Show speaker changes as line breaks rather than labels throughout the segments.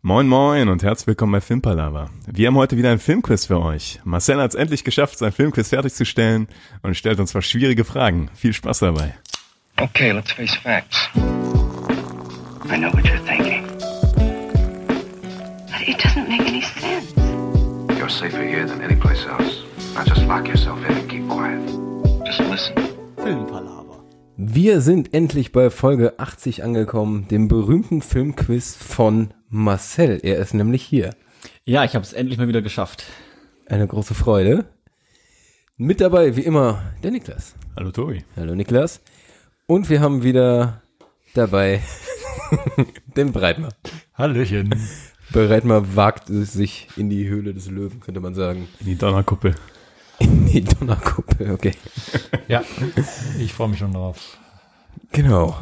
Moin moin und herzlich willkommen bei Filmpalava. Wir haben heute wieder ein Filmquiz für euch. Marcel hat es endlich geschafft, sein Filmquiz fertigzustellen und stellt uns zwar schwierige Fragen. Viel Spaß dabei.
Okay, let's face facts. I know what you're thinking.
But it doesn't make any sense.
You're safer here than anyplace else. Now just lock yourself in and keep quiet.
Just listen.
Filmpalaver.
Wir sind endlich bei Folge 80 angekommen, dem um berühmten Filmquiz von Marcel. Er ist nämlich hier.
Ja, ich habe es endlich mal wieder geschafft.
Eine große Freude. Mit dabei, wie immer, der Niklas.
Hallo Tobi.
Hallo Niklas. Und wir haben wieder dabei den Breitmer.
Hallöchen.
Breitmer wagt es sich in die Höhle des Löwen, könnte man sagen.
In die Donnerkuppel.
In die Donnerkuppel, okay.
Ja, ich freue mich schon drauf.
Genau.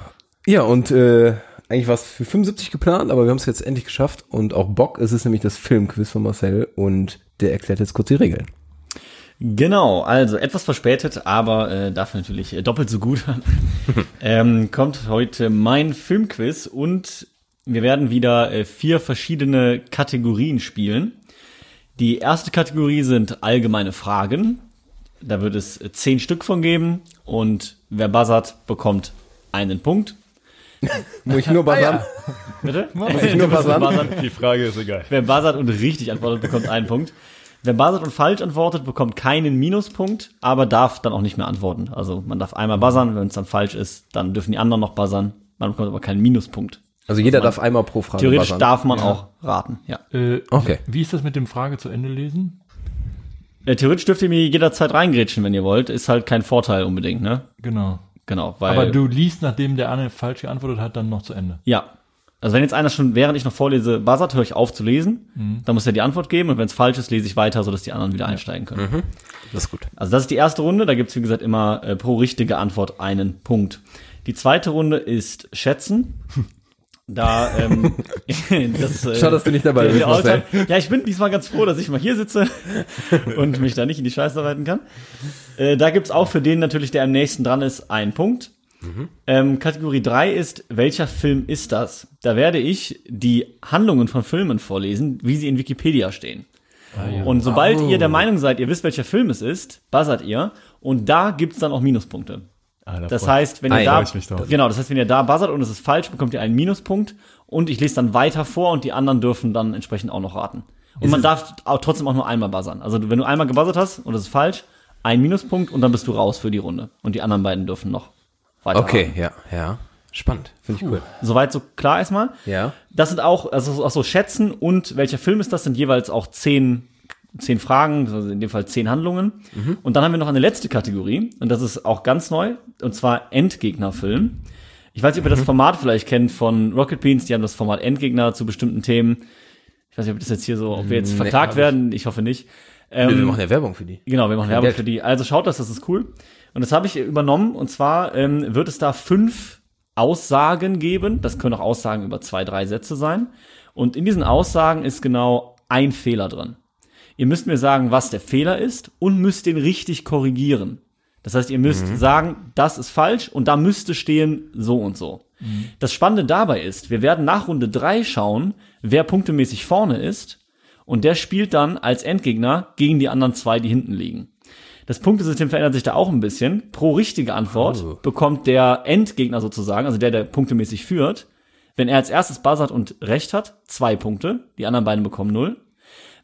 Ja, und äh, eigentlich war es für 75 geplant, aber wir haben es jetzt endlich geschafft. Und auch Bock, es ist nämlich das Filmquiz von Marcel und der erklärt jetzt kurz die Regeln.
Genau, also etwas verspätet, aber äh, dafür natürlich äh, doppelt so gut. ähm, kommt heute mein Filmquiz und wir werden wieder äh, vier verschiedene Kategorien spielen. Die erste Kategorie sind allgemeine Fragen. Da wird es äh, zehn Stück von geben und wer buzzert, bekommt einen Punkt.
Muss ich nur
Ah,
buzzern?
Bitte?
ich nur
Du musst
buzzern?
Die Frage ist egal.
Wer buzzert und richtig antwortet, bekommt einen Punkt. Wer buzzert und falsch antwortet, bekommt keinen Minuspunkt, aber darf dann auch nicht mehr antworten. Also man darf einmal buzzern, wenn es dann falsch ist, dann dürfen die anderen noch buzzern. Man bekommt aber keinen Minuspunkt.
Also jeder darf einmal pro Frage
Theoretisch
buzzern.
darf man auch raten, ja.
Äh,
Okay.
Wie ist das mit dem Frage zu Ende lesen?
Äh, Theoretisch dürft ihr mir jederzeit reingrätschen, wenn ihr wollt. Ist halt kein Vorteil unbedingt, ne?
Genau.
Genau, weil.
Aber du liest, nachdem der eine falsch geantwortet hat, dann noch zu Ende.
Ja. Also wenn jetzt einer schon, während ich noch vorlese, buzzert, höre ich auf zu lesen,
Mhm.
dann muss er die Antwort geben und wenn es falsch ist, lese ich weiter, sodass die anderen wieder einsteigen können.
Mhm. Das ist gut.
Also das ist die erste Runde, da gibt's wie gesagt immer äh, pro richtige Antwort einen Punkt. Die zweite Runde ist Schätzen. Da, ähm, das, äh,
Schade, dass du nicht dabei
der-
bist,
der
Marcel.
Alltime- Ja, ich bin diesmal ganz froh, dass ich mal hier sitze und mich da nicht in die Scheiße arbeiten kann. Äh, da gibt's auch für den natürlich, der am nächsten dran ist, einen Punkt. Ähm, Kategorie 3 ist, welcher Film ist das? Da werde ich die Handlungen von Filmen vorlesen, wie sie in Wikipedia stehen. Und sobald ihr der Meinung seid, ihr wisst, welcher Film es ist, buzzert ihr und da gibt's dann auch Minuspunkte.
Ah, da
Das
freu-
heißt, wenn
Ei,
ihr da,
freu ich mich drauf.
genau, das heißt, wenn ihr da buzzert und es ist falsch, bekommt ihr einen Minuspunkt und ich lese dann weiter vor und die anderen dürfen dann entsprechend auch noch raten. Und man darf auch trotzdem auch nur einmal buzzern. Also du- wenn du einmal gebuzzert hast und es ist falsch, ein Minuspunkt und dann bist du raus für die Runde. Und die anderen beiden dürfen noch weiter.
Okay,
raten.
ja, ja. Spannend. Finde ich cool.
Soweit so klar erstmal.
Ja.
Das sind auch, also auch so Schätzen und welcher Film ist das, sind jeweils auch zehn, zehn Fragen, also in dem Fall zehn Handlungen.
Mhm.
Und dann haben wir noch eine letzte Kategorie, und das ist auch ganz neu, und zwar Endgegnerfilm. Ich weiß nicht, ob ihr das
Mhm.
Format vielleicht kennt von Rocket Beans, die haben das Format Endgegner zu bestimmten Themen. Ich weiß nicht, ob das jetzt hier so, ob wir
Mm,
jetzt verklagt werden, ich hoffe nicht.
Wir
Ähm,
machen ja Werbung für die.
Genau, wir machen Werbung
Geld.
für die. Also schaut das, das ist cool. Und das habe ich übernommen. Und zwar ähm, wird es da fünf Aussagen geben. Das können auch Aussagen über zwei, drei Sätze sein. Und in diesen Aussagen ist genau ein Fehler drin. Ihr müsst mir sagen, was der Fehler ist und müsst den richtig korrigieren. Das heißt, ihr müsst sagen, das ist falsch und da müsste stehen so und so. Das Spannende dabei ist, wir werden nach Runde drei schauen, wer punktemäßig vorne ist und der spielt dann als Endgegner gegen die anderen zwei, die hinten liegen. Das Punktesystem verändert sich da auch ein bisschen. Pro richtige Antwort
Oh.
bekommt der Endgegner sozusagen, also der, der punktemäßig führt, wenn er als erstes buzzert und recht hat, zwei Punkte, die anderen beiden bekommen null.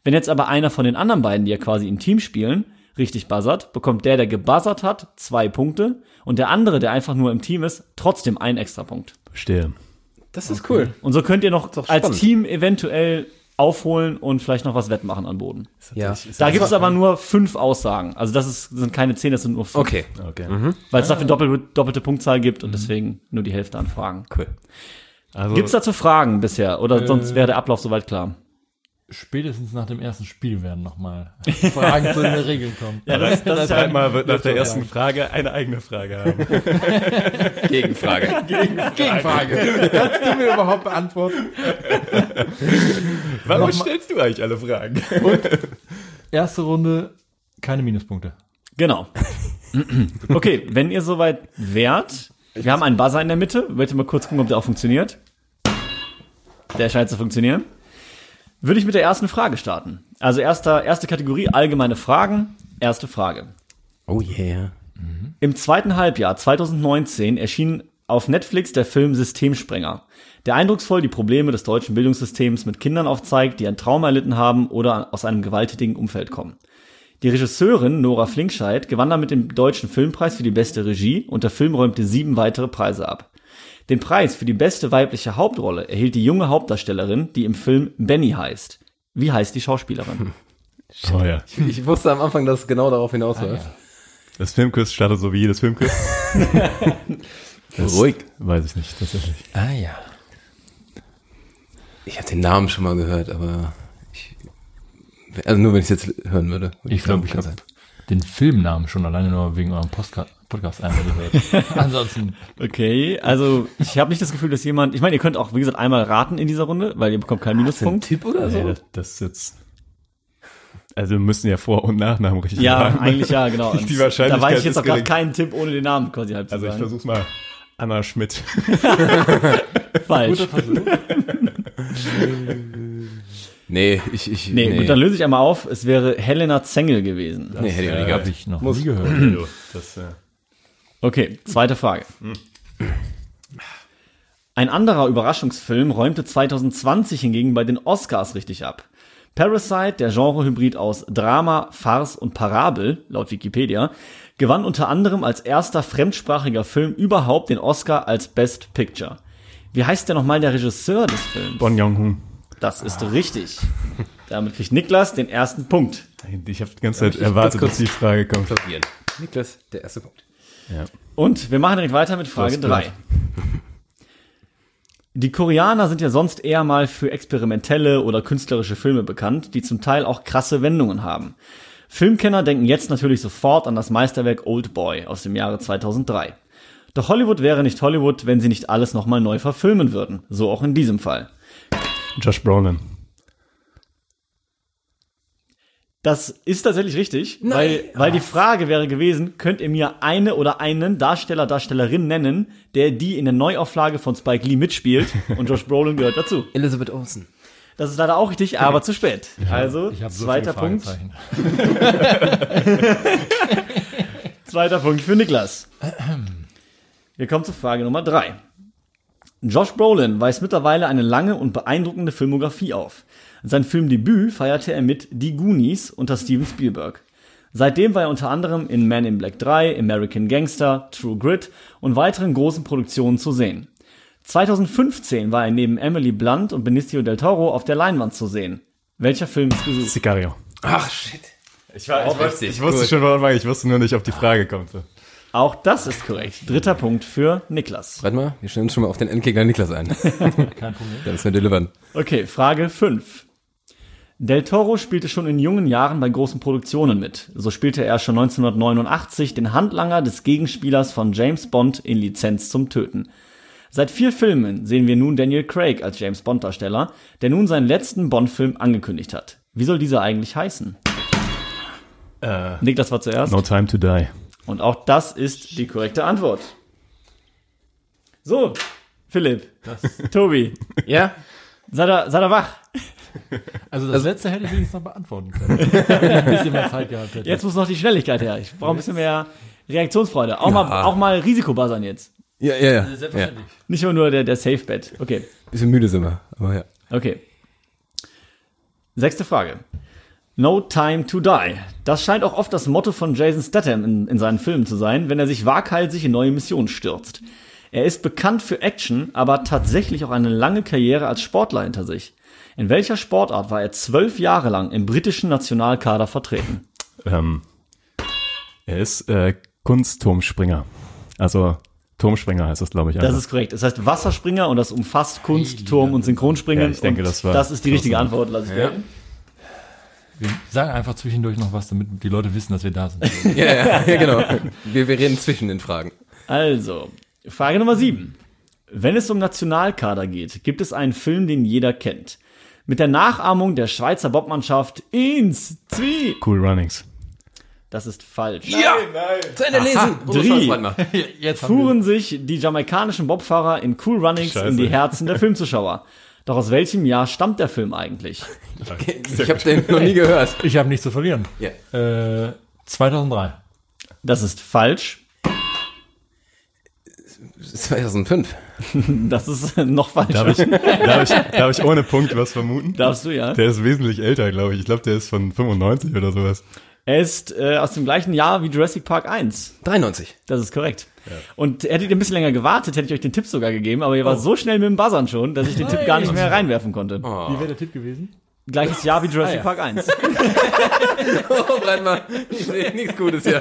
Wenn jetzt aber einer von den anderen beiden, die ja quasi im Team spielen, richtig buzzert, bekommt der, der gebuzzert hat, zwei Punkte und der andere, der einfach nur im Team ist, trotzdem einen extra Punkt.
Verstehe.
Das ist cool.
Und so könnt ihr noch
doch
als
spannend.
Team eventuell aufholen und vielleicht noch was wettmachen am Boden.
Ja.
Da gibt es aber nur fünf Aussagen. Also das ist, sind keine zehn, das sind nur fünf.
Okay, Ah. Mhm.
Okay.
Weil es dafür doppelte, doppelte Punktzahl gibt und deswegen nur die Hälfte an Fragen.
cool. Äh.
Also,
Gibt es dazu Fragen bisher? Oder sonst wäre der Ablauf soweit klar?
Spätestens nach dem ersten Spiel werden nochmal Fragen zu den Regeln kommen. Ja,
das, das ist ja
einmal wird nach der
so
ersten Frage eine eigene Frage haben.
Gegenfrage.
Gegenfrage. Kannst du mir überhaupt beantworten?
Warum stellst du eigentlich alle Fragen?
Erste Runde, keine Minuspunkte.
Genau. okay, wenn ihr soweit wärt, wir haben einen Buzzer in der Mitte. Ich werde mal kurz gucken, ob der auch funktioniert. Der scheint zu funktionieren. Würde ich mit der ersten Frage starten. Also erster, erste Kategorie, allgemeine Fragen. Erste Frage.
Oh yeah.
Im zweiten Halbjahr 2019 erschien auf Netflix der Film Systemsprenger, der eindrucksvoll die Probleme des deutschen Bildungssystems mit Kindern aufzeigt, die ein Trauma erlitten haben oder aus einem gewalttätigen Umfeld kommen. Die Regisseurin Nora Flinkscheid gewann damit den Deutschen Filmpreis für die beste Regie und der Film räumte sieben weitere Preise ab. Den Preis für die beste weibliche Hauptrolle erhielt die junge Hauptdarstellerin, die im Film Benny heißt. Wie heißt die Schauspielerin?
Oh ja.
Ich wusste am Anfang, dass es genau darauf hinausläuft.
Das Filmquiz startet so wie jedes Filmquiz.
Ruhig.
Weiß ich nicht, tatsächlich.
Ah ja. Ich habe den Namen schon mal gehört, aber ich, also nur wenn ich es jetzt hören würde. würde
Ich glaube, ich
sagen,
habe den Filmnamen schon alleine nur wegen eurem Postka Podcast einmal gehört. Ansonsten,
Okay, also ich habe nicht das Gefühl, dass jemand. Ich meine, ihr könnt auch, wie gesagt, einmal raten in dieser Runde, weil ihr bekommt keinen
Ist ein
Minuspunkt.
Tipp oder so?
Nee, das, das ist jetzt. Also wir müssen ja Vor- und Nachnamen richtig
Ja,
sagen.
eigentlich ja, genau. Und
Die Wahrscheinlichkeit
da weiß ich
ist
jetzt auch gerade
gering.
keinen Tipp ohne den Namen quasi halb zu
Also ich
sagen.
versuch's mal. Anna Schmidt.
Falsch.
Nee, ich, ich,
Nee, gut, dann löse ich einmal auf. Es wäre Helena Zengel gewesen.
nee hätte ich auch nicht
habe
gehabt.
ich noch
Muss-
nie gehört.
das, äh,
Okay, zweite Frage. Ein anderer Überraschungsfilm räumte 2020 hingegen bei den Oscars richtig ab. Parasite, der Genrehybrid aus Drama, Farce und Parabel, laut Wikipedia, gewann unter anderem als erster fremdsprachiger Film überhaupt den Oscar als Best Picture. Wie heißt denn nochmal der Regisseur des Films?
Bon Jong-hun.
Das ist richtig. Damit kriegt Niklas den ersten Punkt.
Ich habe die ganze Zeit erwartet, dass die Frage kommt.
Niklas, der erste Punkt.
Und wir machen direkt weiter mit Frage
Das bleibt.
3. Die Koreaner sind ja sonst eher mal für experimentelle oder künstlerische Filme bekannt, die zum Teil auch krasse Wendungen haben. Filmkenner denken jetzt natürlich sofort an das Meisterwerk Old Boy aus dem Jahre 2003. Doch Hollywood wäre nicht Hollywood, wenn sie nicht alles nochmal neu verfilmen würden. So auch in diesem Fall.
Josh Brolin.
Das ist tatsächlich richtig, weil, weil die Frage wäre gewesen, könnt ihr mir eine oder einen Darsteller, Darstellerin nennen, der die in der Neuauflage von Spike Lee mitspielt und Josh Brolin gehört dazu.
Elizabeth Olsen.
Das ist leider auch richtig, aber zu spät. Also,
Ich hab so
zweiter
viele
Punkt,
Fragezeichen.
zweiter Punkt für Niklas. Wir kommen zur Frage Nummer drei. Josh Brolin weist mittlerweile eine lange und beeindruckende Filmografie auf. Sein Filmdebüt feierte er mit Die Goonies unter Steven Spielberg. Seitdem war er unter anderem in Man in Black 3, American Gangster, True Grit und weiteren großen Produktionen zu sehen. 2015 war er neben Emily Blunt und Benicio del Toro auf der Leinwand zu sehen. Welcher Film ist gesucht?
Sicario.
Ach, shit.
Ich, war, ich, wusste, ich wusste
gut.
schon, woran war ich. Ich wusste nur nicht, ob die Frage kommt.
Auch das ist korrekt. Dritter Punkt für Niklas.
Warte mal, wir stellen uns schon mal auf den Endgegner Niklas ein.
Kein Problem.
Dann müssen wir delivern.
Okay, Frage 5. Del Toro spielte schon in jungen Jahren bei großen Produktionen mit. So spielte er schon 1989 den Handlanger des Gegenspielers von James Bond in Lizenz zum Töten. Seit vier Filmen sehen wir nun Daniel Craig als James Bond-Darsteller, der nun seinen letzten Bond-Film angekündigt hat. Wie soll dieser eigentlich heißen? Niklas war zuerst.
No Time to Die.
Und auch das ist die korrekte Antwort. So, Philipp, Tobi,
Ja?
seid ihr, seid ihr wach?
Also das letzte hätte ich wenigstens noch beantworten können. Wenn ich ein bisschen mehr Zeit gehabt hätte.
Jetzt muss noch die Schnelligkeit her. Ich brauche ein bisschen mehr Reaktionsfreude. Auch mal, auch mal Risiko buzzern jetzt.
Ja, ja, ja. ja.
Selbstverständlich.
Nicht immer nur der, der Safe-Bet. Okay,
Bisschen müde sind wir, aber ja.
okay. Sechste Frage. No time to die. Das scheint auch oft das Motto von Jason Statham in, in seinen Filmen zu sein, wenn er sich waghalsig in neue Missionen stürzt. Er ist bekannt für Action, aber tatsächlich auch eine lange Karriere als Sportler hinter sich. In welcher Sportart war er zwölf Jahre lang im britischen Nationalkader vertreten?
Ähm, er ist äh, Kunstturmspringer. Also Turmspringer heißt das, glaube ich.
Das
einfach.
ist korrekt. Es heißt Wasserspringer und das umfasst Kunst, Turm und Synchronspringen.
Ja, ich denke,
und
das war-
das ist die richtige
das war-
Antwort, lasse ich gelten.
Wir sagen einfach zwischendurch noch was, damit die Leute wissen, dass wir da sind.
Ja, ja, ja genau. Wir, wir reden zwischen den Fragen.
Also, Frage Nummer 7.
Mhm.
Wenn es um Nationalkader geht, gibt es einen Film, den jeder kennt. Mit der Nachahmung der Schweizer Bobmannschaft ins Zwie.
cool Runnings.
Das ist falsch.
Zu Ende lesen!
Drie.
Unsere Chance, warte mal.
Jetzt haben wir
Fuhren sich die jamaikanischen Bobfahrer in Cool Runnings
Scheiße.
in die Herzen der Filmzuschauer. Doch aus welchem Jahr stammt der Film eigentlich?
Ich habe den noch nie gehört.
Ich habe nichts zu verlieren.
Ja.
Äh, 2003.
Das ist falsch.
2005.
Das ist noch falsch.
Darf ich, darf, ich, darf ich ohne Punkt was vermuten?
Darfst du ja.
Der ist wesentlich älter, glaube ich. Ich glaube, der ist von 95 oder sowas.
Er ist äh, aus dem gleichen Jahr wie Jurassic Park 1.
93.
Das ist korrekt. Und hättet ihr ein bisschen länger gewartet, hätte ich euch den Tipp sogar gegeben, aber ihr
Oh.
wart so schnell mit dem Buzzern schon, dass ich den Tipp gar nicht mehr reinwerfen konnte.
Wie wäre der Tipp gewesen?
Gleiches Jahr wie Jurassic
Oh. Ah, ja.
Park 1.
Oh, Breitmann, ich sehe nichts Gutes hier.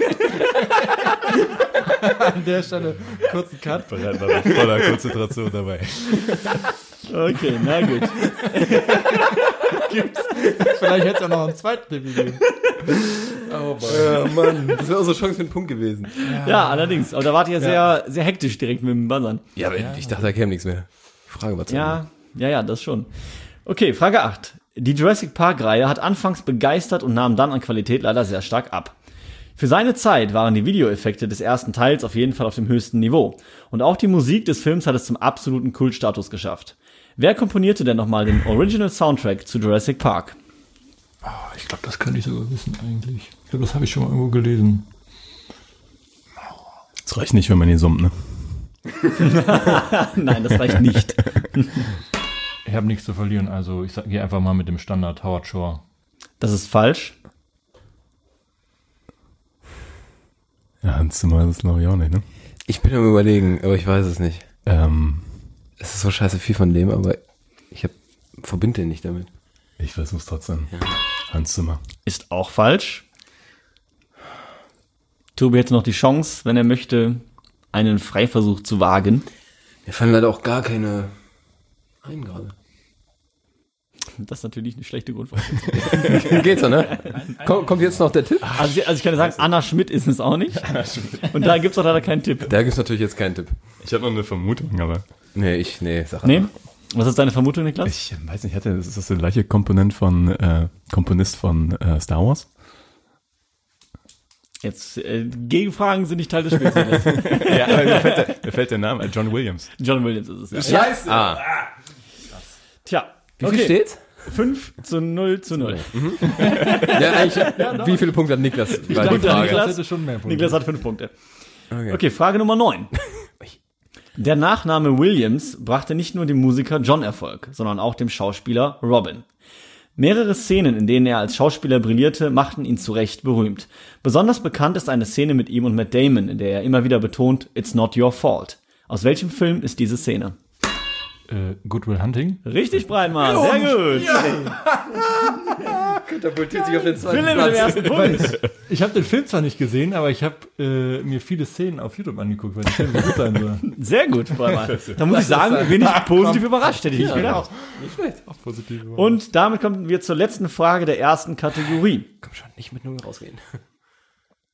An der Stelle kurzen Cut.
Bereit war mit voller Konzentration dabei.
Okay, na gut.
Vielleicht hätte es ja noch einen zweiten Tipp gegeben.
Ja, Mann, das wäre unsere Chance für einen Punkt gewesen.
Ja, allerdings. Aber da wart ihr sehr, sehr hektisch direkt mit dem Buzzern.
Ja, aber ich dachte, da käme nichts mehr. Die Frage war zu Ende.
Ja, ja, ja, das schon. Okay, Frage 8. Die Jurassic Park-Reihe hat anfangs begeistert und nahm dann an Qualität leider sehr stark ab. Für seine Zeit waren die Videoeffekte des ersten Teils auf jeden Fall auf dem höchsten Niveau. Und auch die Musik des Films hat es zum absoluten Kultstatus geschafft. Wer komponierte denn nochmal den Original Soundtrack zu Jurassic Park?
Ich glaube, das könnte ich sogar wissen eigentlich. Ich glaube, das habe ich schon mal irgendwo gelesen.
Das reicht nicht, wenn man hier summt, ne?
Nein, das reicht nicht.
Ich habe nichts zu verlieren, also ich gehe einfach mal mit dem Standard Howard Shore.
Das ist falsch.
Ja, Hans Zimmer ist glaube ich auch nicht, ne?
Ich bin am überlegen, aber ich weiß es nicht.
Ähm,
Es ist so scheiße viel von dem, aber ich hab, verbinde den nicht damit.
ich versuch's trotzdem. Hans Zimmer.
Ist auch falsch. Tobi hätte noch die Chance, wenn er möchte, einen Freiversuch zu wagen.
Mir fallen leider auch gar keine ein gerade.
Das ist natürlich eine schlechte Grundvoraussetzung.
Geht's so, ne? Komm, kommt jetzt noch der Tipp?
Also, also ich kann dir sagen, Anna Schmidt ist es auch nicht. Und da gibt's doch leider keinen Tipp.
Da gibt's natürlich jetzt keinen Tipp.
Ich habe noch eine Vermutung, aber.
Nee, ich, nee, sag
Nee?
einfach.
Was ist deine Vermutung, Niklas?
Ich weiß nicht, hatte, ist das der gleiche Komponent von, äh, Komponist von äh, Star Wars?
Jetzt, äh, Gegenfragen sind nicht Teil des Spiels. Niklas.
Ja, aber mir fällt der, mir fällt der Name, äh, John Williams.
John Williams ist es, ja.
Scheiße! Ah,
Tja.
wie viel steht's?
5 zu 0 zu 0.
Ja, eigentlich, wie viele Punkte hat Niklas bei der
dachte,
Frage?
Niklas-
hätte schon mehr Punkte.
Niklas hat 5 Punkte. Okay. Frage Nummer 9. Der Nachname Williams brachte nicht nur dem Musiker John Erfolg, sondern auch dem Schauspieler Robin. Mehrere Szenen, in denen er als Schauspieler brillierte, machten ihn zu Recht berühmt. Besonders bekannt ist eine Szene mit ihm und Matt Damon, in der er immer wieder betont, It's not your fault. Aus welchem Film ist diese Szene?
Äh, Goodwill Hunting.
Richtig, Breinmann, sehr gut.
Katapultiert sich auf den zweiten
Philipp mit dem ersten Punkt.
Ich habe den Film zwar nicht gesehen, aber ich habe äh, mir viele Szenen auf YouTube angeguckt, weil der Film so gut sein soll.
Sehr gut, Breinmann. Da muss ich sagen, bin ich positiv überrascht, hätte ich nicht
genau.
gedacht.
Auch positiv.
Und damit kommen wir zur letzten Frage der ersten Kategorie.
Komm schon, nicht mit Null rausgehen.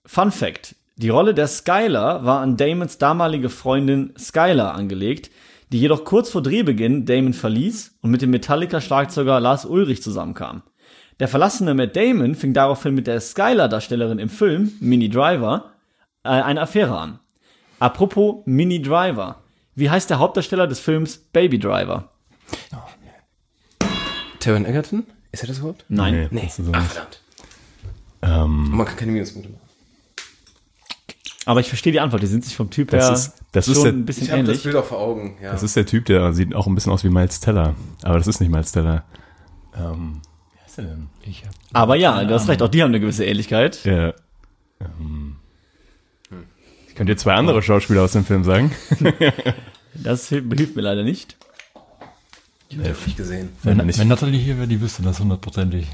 Fun Fact: Die Rolle der Skylar war an Damons damalige Freundin Skylar angelegt, die jedoch kurz vor Drehbeginn Damon verließ und mit dem Metallica-Schlagzeuger Lars Ulrich zusammenkam. Der verlassene Matt Damon fing daraufhin mit der Skylar-Darstellerin im Film, Minnie Driver, äh, eine Affäre an. Apropos Minnie Driver. Wie heißt der Hauptdarsteller des Films Baby Driver?
Oh, Taron Egerton? Ist er das überhaupt?
Nein.
Nee.
das ist so-
Ach, verdammt.
ähm,
Man kann keine Minuspunkte machen.
Aber ich verstehe die Antwort. Die sind sich vom Typ
Das
her
ist- das
schon
ist der-
ein bisschen
Ich habe das
ähnlich.
Bild auch vor Augen, ja.
das ist der Typ, der sieht auch ein bisschen aus wie Miles Teller. Aber das ist nicht Miles Teller. Ähm, wer ist er denn?
Ich hab,
Aber ja, du
Ah.
hast recht. Auch die haben eine gewisse Ähnlichkeit.
Der, ähm, ich könnte dir zwei andere Schauspieler aus dem Film sagen.
Das hilft, hilft mir leider nicht.
hab ich gesehen.
wenn,
nicht.
wenn Natalie hier wäre, die wüsste das hundertprozentig.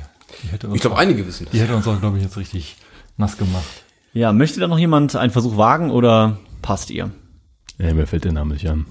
Die hätte uns,
Ich glaube, einige wissen das.
die hätte uns auch, glaube ich, jetzt richtig nass gemacht.
Ja, möchte da noch jemand einen Versuch wagen oder passt ihr?
Nee, mir fällt der Name nicht an.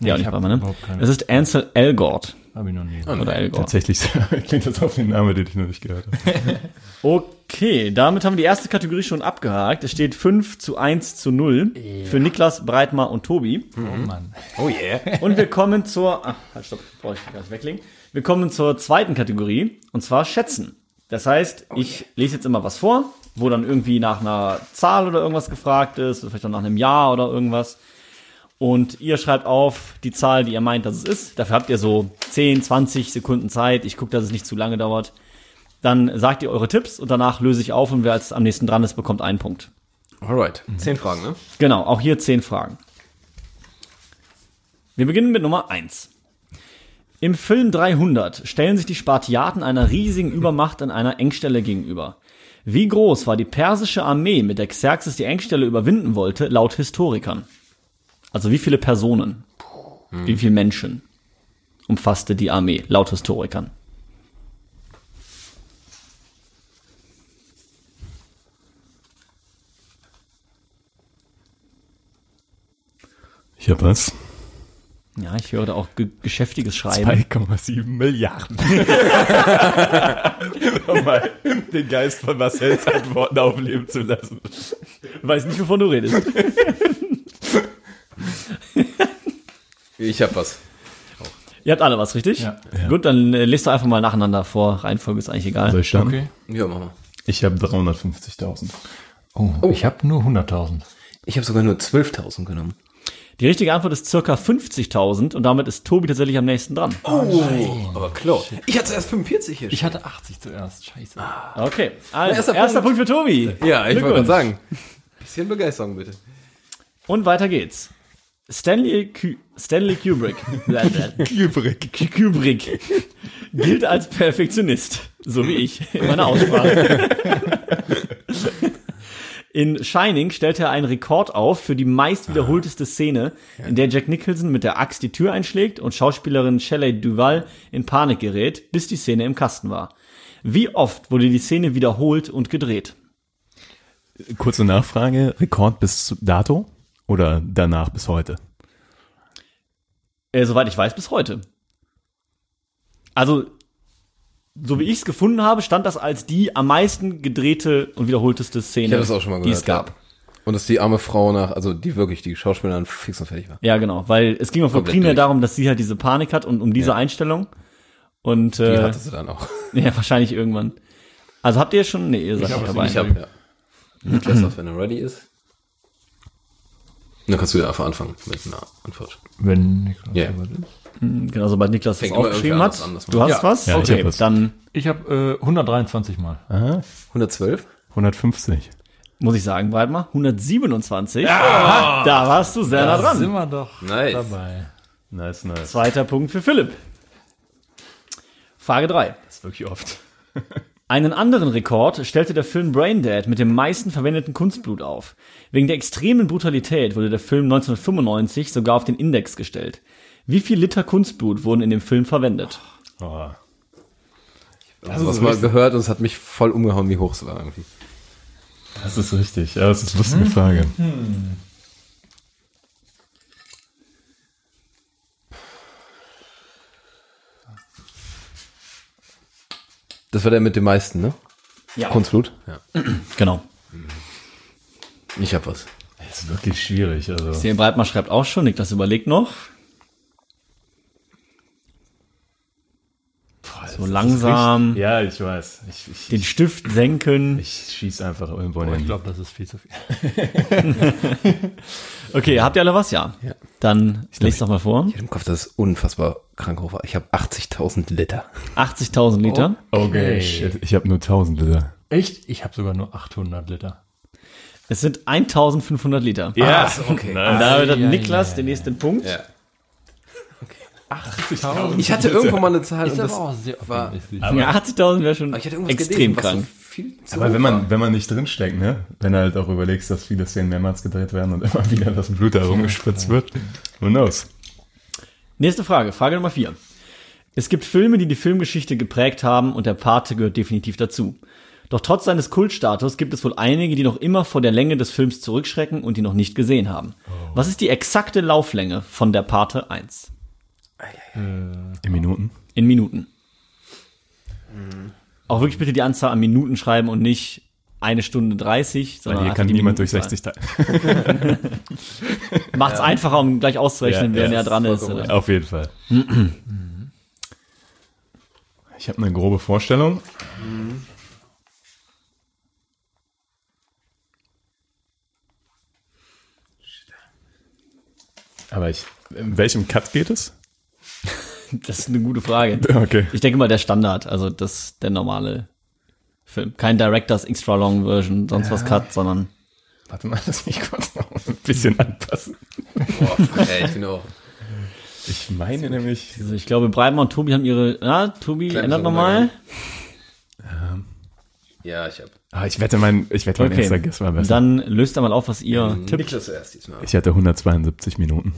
Ja,
ich
nicht
hab
bei mir, ne?
überhaupt keine.
Es ist Ansel Elgort.
Habe ich noch nie.
Ah, ne.
Oder Elgort.
Tatsächlich klingt das auf den Namen, den ich noch nicht gehört habe.
Okay, damit haben wir die erste Kategorie schon abgehakt. Es steht 5 zu 1 zu 0 für Niklas, Breitmar und Tobi.
Oh Mann.
Oh yeah.
Und wir kommen zur. Ach, halt, stopp, brauche ich gar nicht weglegen. Wir kommen zur zweiten Kategorie und zwar Schätzen. Das heißt,
Oh
ich lese jetzt immer was vor, wo dann irgendwie nach einer Zahl oder irgendwas gefragt ist, oder vielleicht auch nach einem Jahr oder irgendwas. Und ihr schreibt auf die Zahl, die ihr meint, dass es ist. Dafür habt ihr so 10, 20 Sekunden Zeit. Ich gucke, dass es nicht zu lange dauert. Dann sagt ihr eure Tipps und danach löse ich auf und wer als am nächsten dran ist, bekommt einen Punkt.
Alright. Zehn Fragen, ne?
Genau, auch hier zehn Fragen. Wir beginnen mit Nummer eins. Im Film 300 stellen sich die Spartiaten einer riesigen Übermacht an einer Engstelle gegenüber. Wie groß war die persische Armee, mit der Xerxes die Engstelle überwinden wollte, laut Historikern? Also wie viele Personen, wie viele Menschen umfasste die Armee, laut Historikern?
Ich hab was.
Ja, ich höre da auch ge geschäftiges Schreiben.
2,7 Milliarden. um mal den Geist von Marcells Antworten aufleben zu lassen.
Weiß nicht, wovon du redest.
Ich hab was.
Ihr habt alle was, richtig?
Ja.
Gut, dann äh, lest doch einfach mal nacheinander vor. Reihenfolge ist eigentlich egal.
Soll ich starten?
Okay.
Ja, mach mal.
Ich habe 350.000.
Oh, ich habe nur 100.000.
Ich habe sogar nur 12.000 genommen.
Die richtige Antwort ist circa 50.000 und damit ist Tobi tatsächlich am nächsten dran.
Oh. Aber klar. Ich hatte erst 45 hier.
Ich hatte 80 zuerst. Scheiße.
Okay, also
Erster
erster,
Punkt.
Punkt. für Tobi.
ja, ich wollte
Glückwunsch.
gerade sagen. Bisschen Begeisterung bitte.
Und weiter geht's. Stanley, Ku Stanley Kubrick. Kubrick. Kubrick. Gilt als Perfektionist. So wie ich in meiner Aussprache. In Shining stellte er einen Rekord auf für die meist wiederholteste Szene, in der Jack Nicholson mit der Axt die Tür einschlägt und Schauspielerin Shelley Duvall in Panik gerät, bis die Szene im Kasten war. Wie oft wurde die Szene wiederholt und gedreht?
Kurze Nachfrage, Rekord bis dato oder danach bis heute?
Äh, soweit ich weiß, bis heute. Also, so wie ich es gefunden habe, stand das als die am meisten gedrehte und wiederholteste Szene, die es gab.
Und dass die arme Frau nach, also die wirklich, die Schauspielerin fix und fertig war.
Ja, genau, weil es ging auch
Komplett
primär
durch.
darum, dass sie halt diese Panik hat und um diese Einstellung. Und äh,
sie dann auch.
ja, wahrscheinlich irgendwann. Also habt ihr schon? Nee, ihr seid nicht dabei.
Ich hab, ja. Lass auf, wenn er ready ist. Dann kannst du ja einfach anfangen mit einer Antwort.
Wenn Niklas
Ja.
soweit ist.
Genau, sobald Niklas das
Fängt immer
aufgeschrieben
irgendwie anders
hat.
an, dass man-
du hast
Ja.
was?
Ja, ich
okay,
hab was.
dann
Ich habe äh, 123 Mal.
112?
150.
muss ich sagen, warte mal, 127. Da warst du sehr nah
Da
dran.
sind wir doch
Nice.
dabei.
Nice, nice.
Zweiter Punkt für Philipp. Frage 3.
Das ist wirklich oft.
Einen anderen Rekord stellte der Film Braindead mit dem meisten verwendeten Kunstblut auf. Wegen der extremen Brutalität wurde der Film 1995 sogar auf den Index gestellt. Wie viel Liter Kunstblut wurden in dem Film verwendet?
Oh.
Also was mal gehört und es hat mich voll umgehauen, wie hoch es war irgendwie.
Das ist richtig. Ja, das ist eine lustige Frage.
Das war der mit dem meisten, ne?
Ja,
Kunstblut? Ja.
genau.
Ich hab was.
Das ist wirklich schwierig. Also.
Den Breitmann schreibt auch schon, Niklas überlegt noch. So langsam
Ja, ich weiß. Ich, ich,
den Stift senken.
ich schieß einfach irgendwo
Ich
hin.
glaube, das ist viel zu viel.
Okay, habt ihr alle was? Ja. Dann lest doch mal vor.
Ich hab im Kopf, das ist unfassbar krank hoch. war. Ich hab 80.000 Liter.
80.000 Liter.
Oh.
Okay, shit. Ich habe nur 1000 Liter.
Echt? Ich habe sogar nur 800 Liter.
Es sind 1.500 Liter.
Ja,
okay.
Und damit hat Niklas den nächsten Punkt.
Ja. Ich
Ich
hatte irgendwo mal eine Zahl
ist
und
aber
das
auch sehr
war-
optimistisch.
Ja, 80.000 wäre schon
Aber ich hatte irgendwas gelesen,
extrem
was
krank.
so viel zu
Aber
hoch
wenn
war.
man, wenn man nicht drinsteckt, ne? Wenn du halt auch überlegst, dass viele Szenen mehrmals gedreht werden und immer wieder das Blut da rumgespritzt wird. Who knows?
Nächste Frage, Frage Nummer 4. Es gibt Filme, die die Filmgeschichte geprägt haben und der Pate gehört definitiv dazu. Doch trotz seines Kultstatus gibt es wohl einige, die noch immer vor der Länge des Films zurückschrecken und die noch nicht gesehen haben.
Oh.
Was ist die exakte Lauflänge von der Pate 1?
In Minuten?
In Minuten. Auch wirklich bitte die Anzahl an Minuten schreiben und nicht eine Stunde 30,
Weil
sondern
hier
einfach
kann
die
niemand durch
Minutenzahl.
60 teilen.
Macht's einfacher, um gleich auszurechnen,
Ja,
wer
ja,
näher
ist
dran ist.
vollkommen
Oder?
Auf jeden Fall. ich habe eine grobe Vorstellung. Aber ich, in welchem Cut geht es?
Das ist eine gute Frage.
Okay.
Ich denke mal, der Standard, also das der normale Film. Kein Directors Extra Long Version, sonst was Cut, sondern
Warte mal, das mich kurz noch ein bisschen anpassen.
Ey, ich bin auch.
Ich meine nämlich,
also ich glaube, Breitmann und Tobi haben ihre. Ja, Tobi,
Kleines
ändert nochmal.
Ja, ich hab.
ah, ich wette mein, ich wette mein
Okay.
erster Guess war besser.
Dann löst einmal auf, was ihr tippt.
Niklas zuerst diesmal.
Ich hatte 172 Minuten.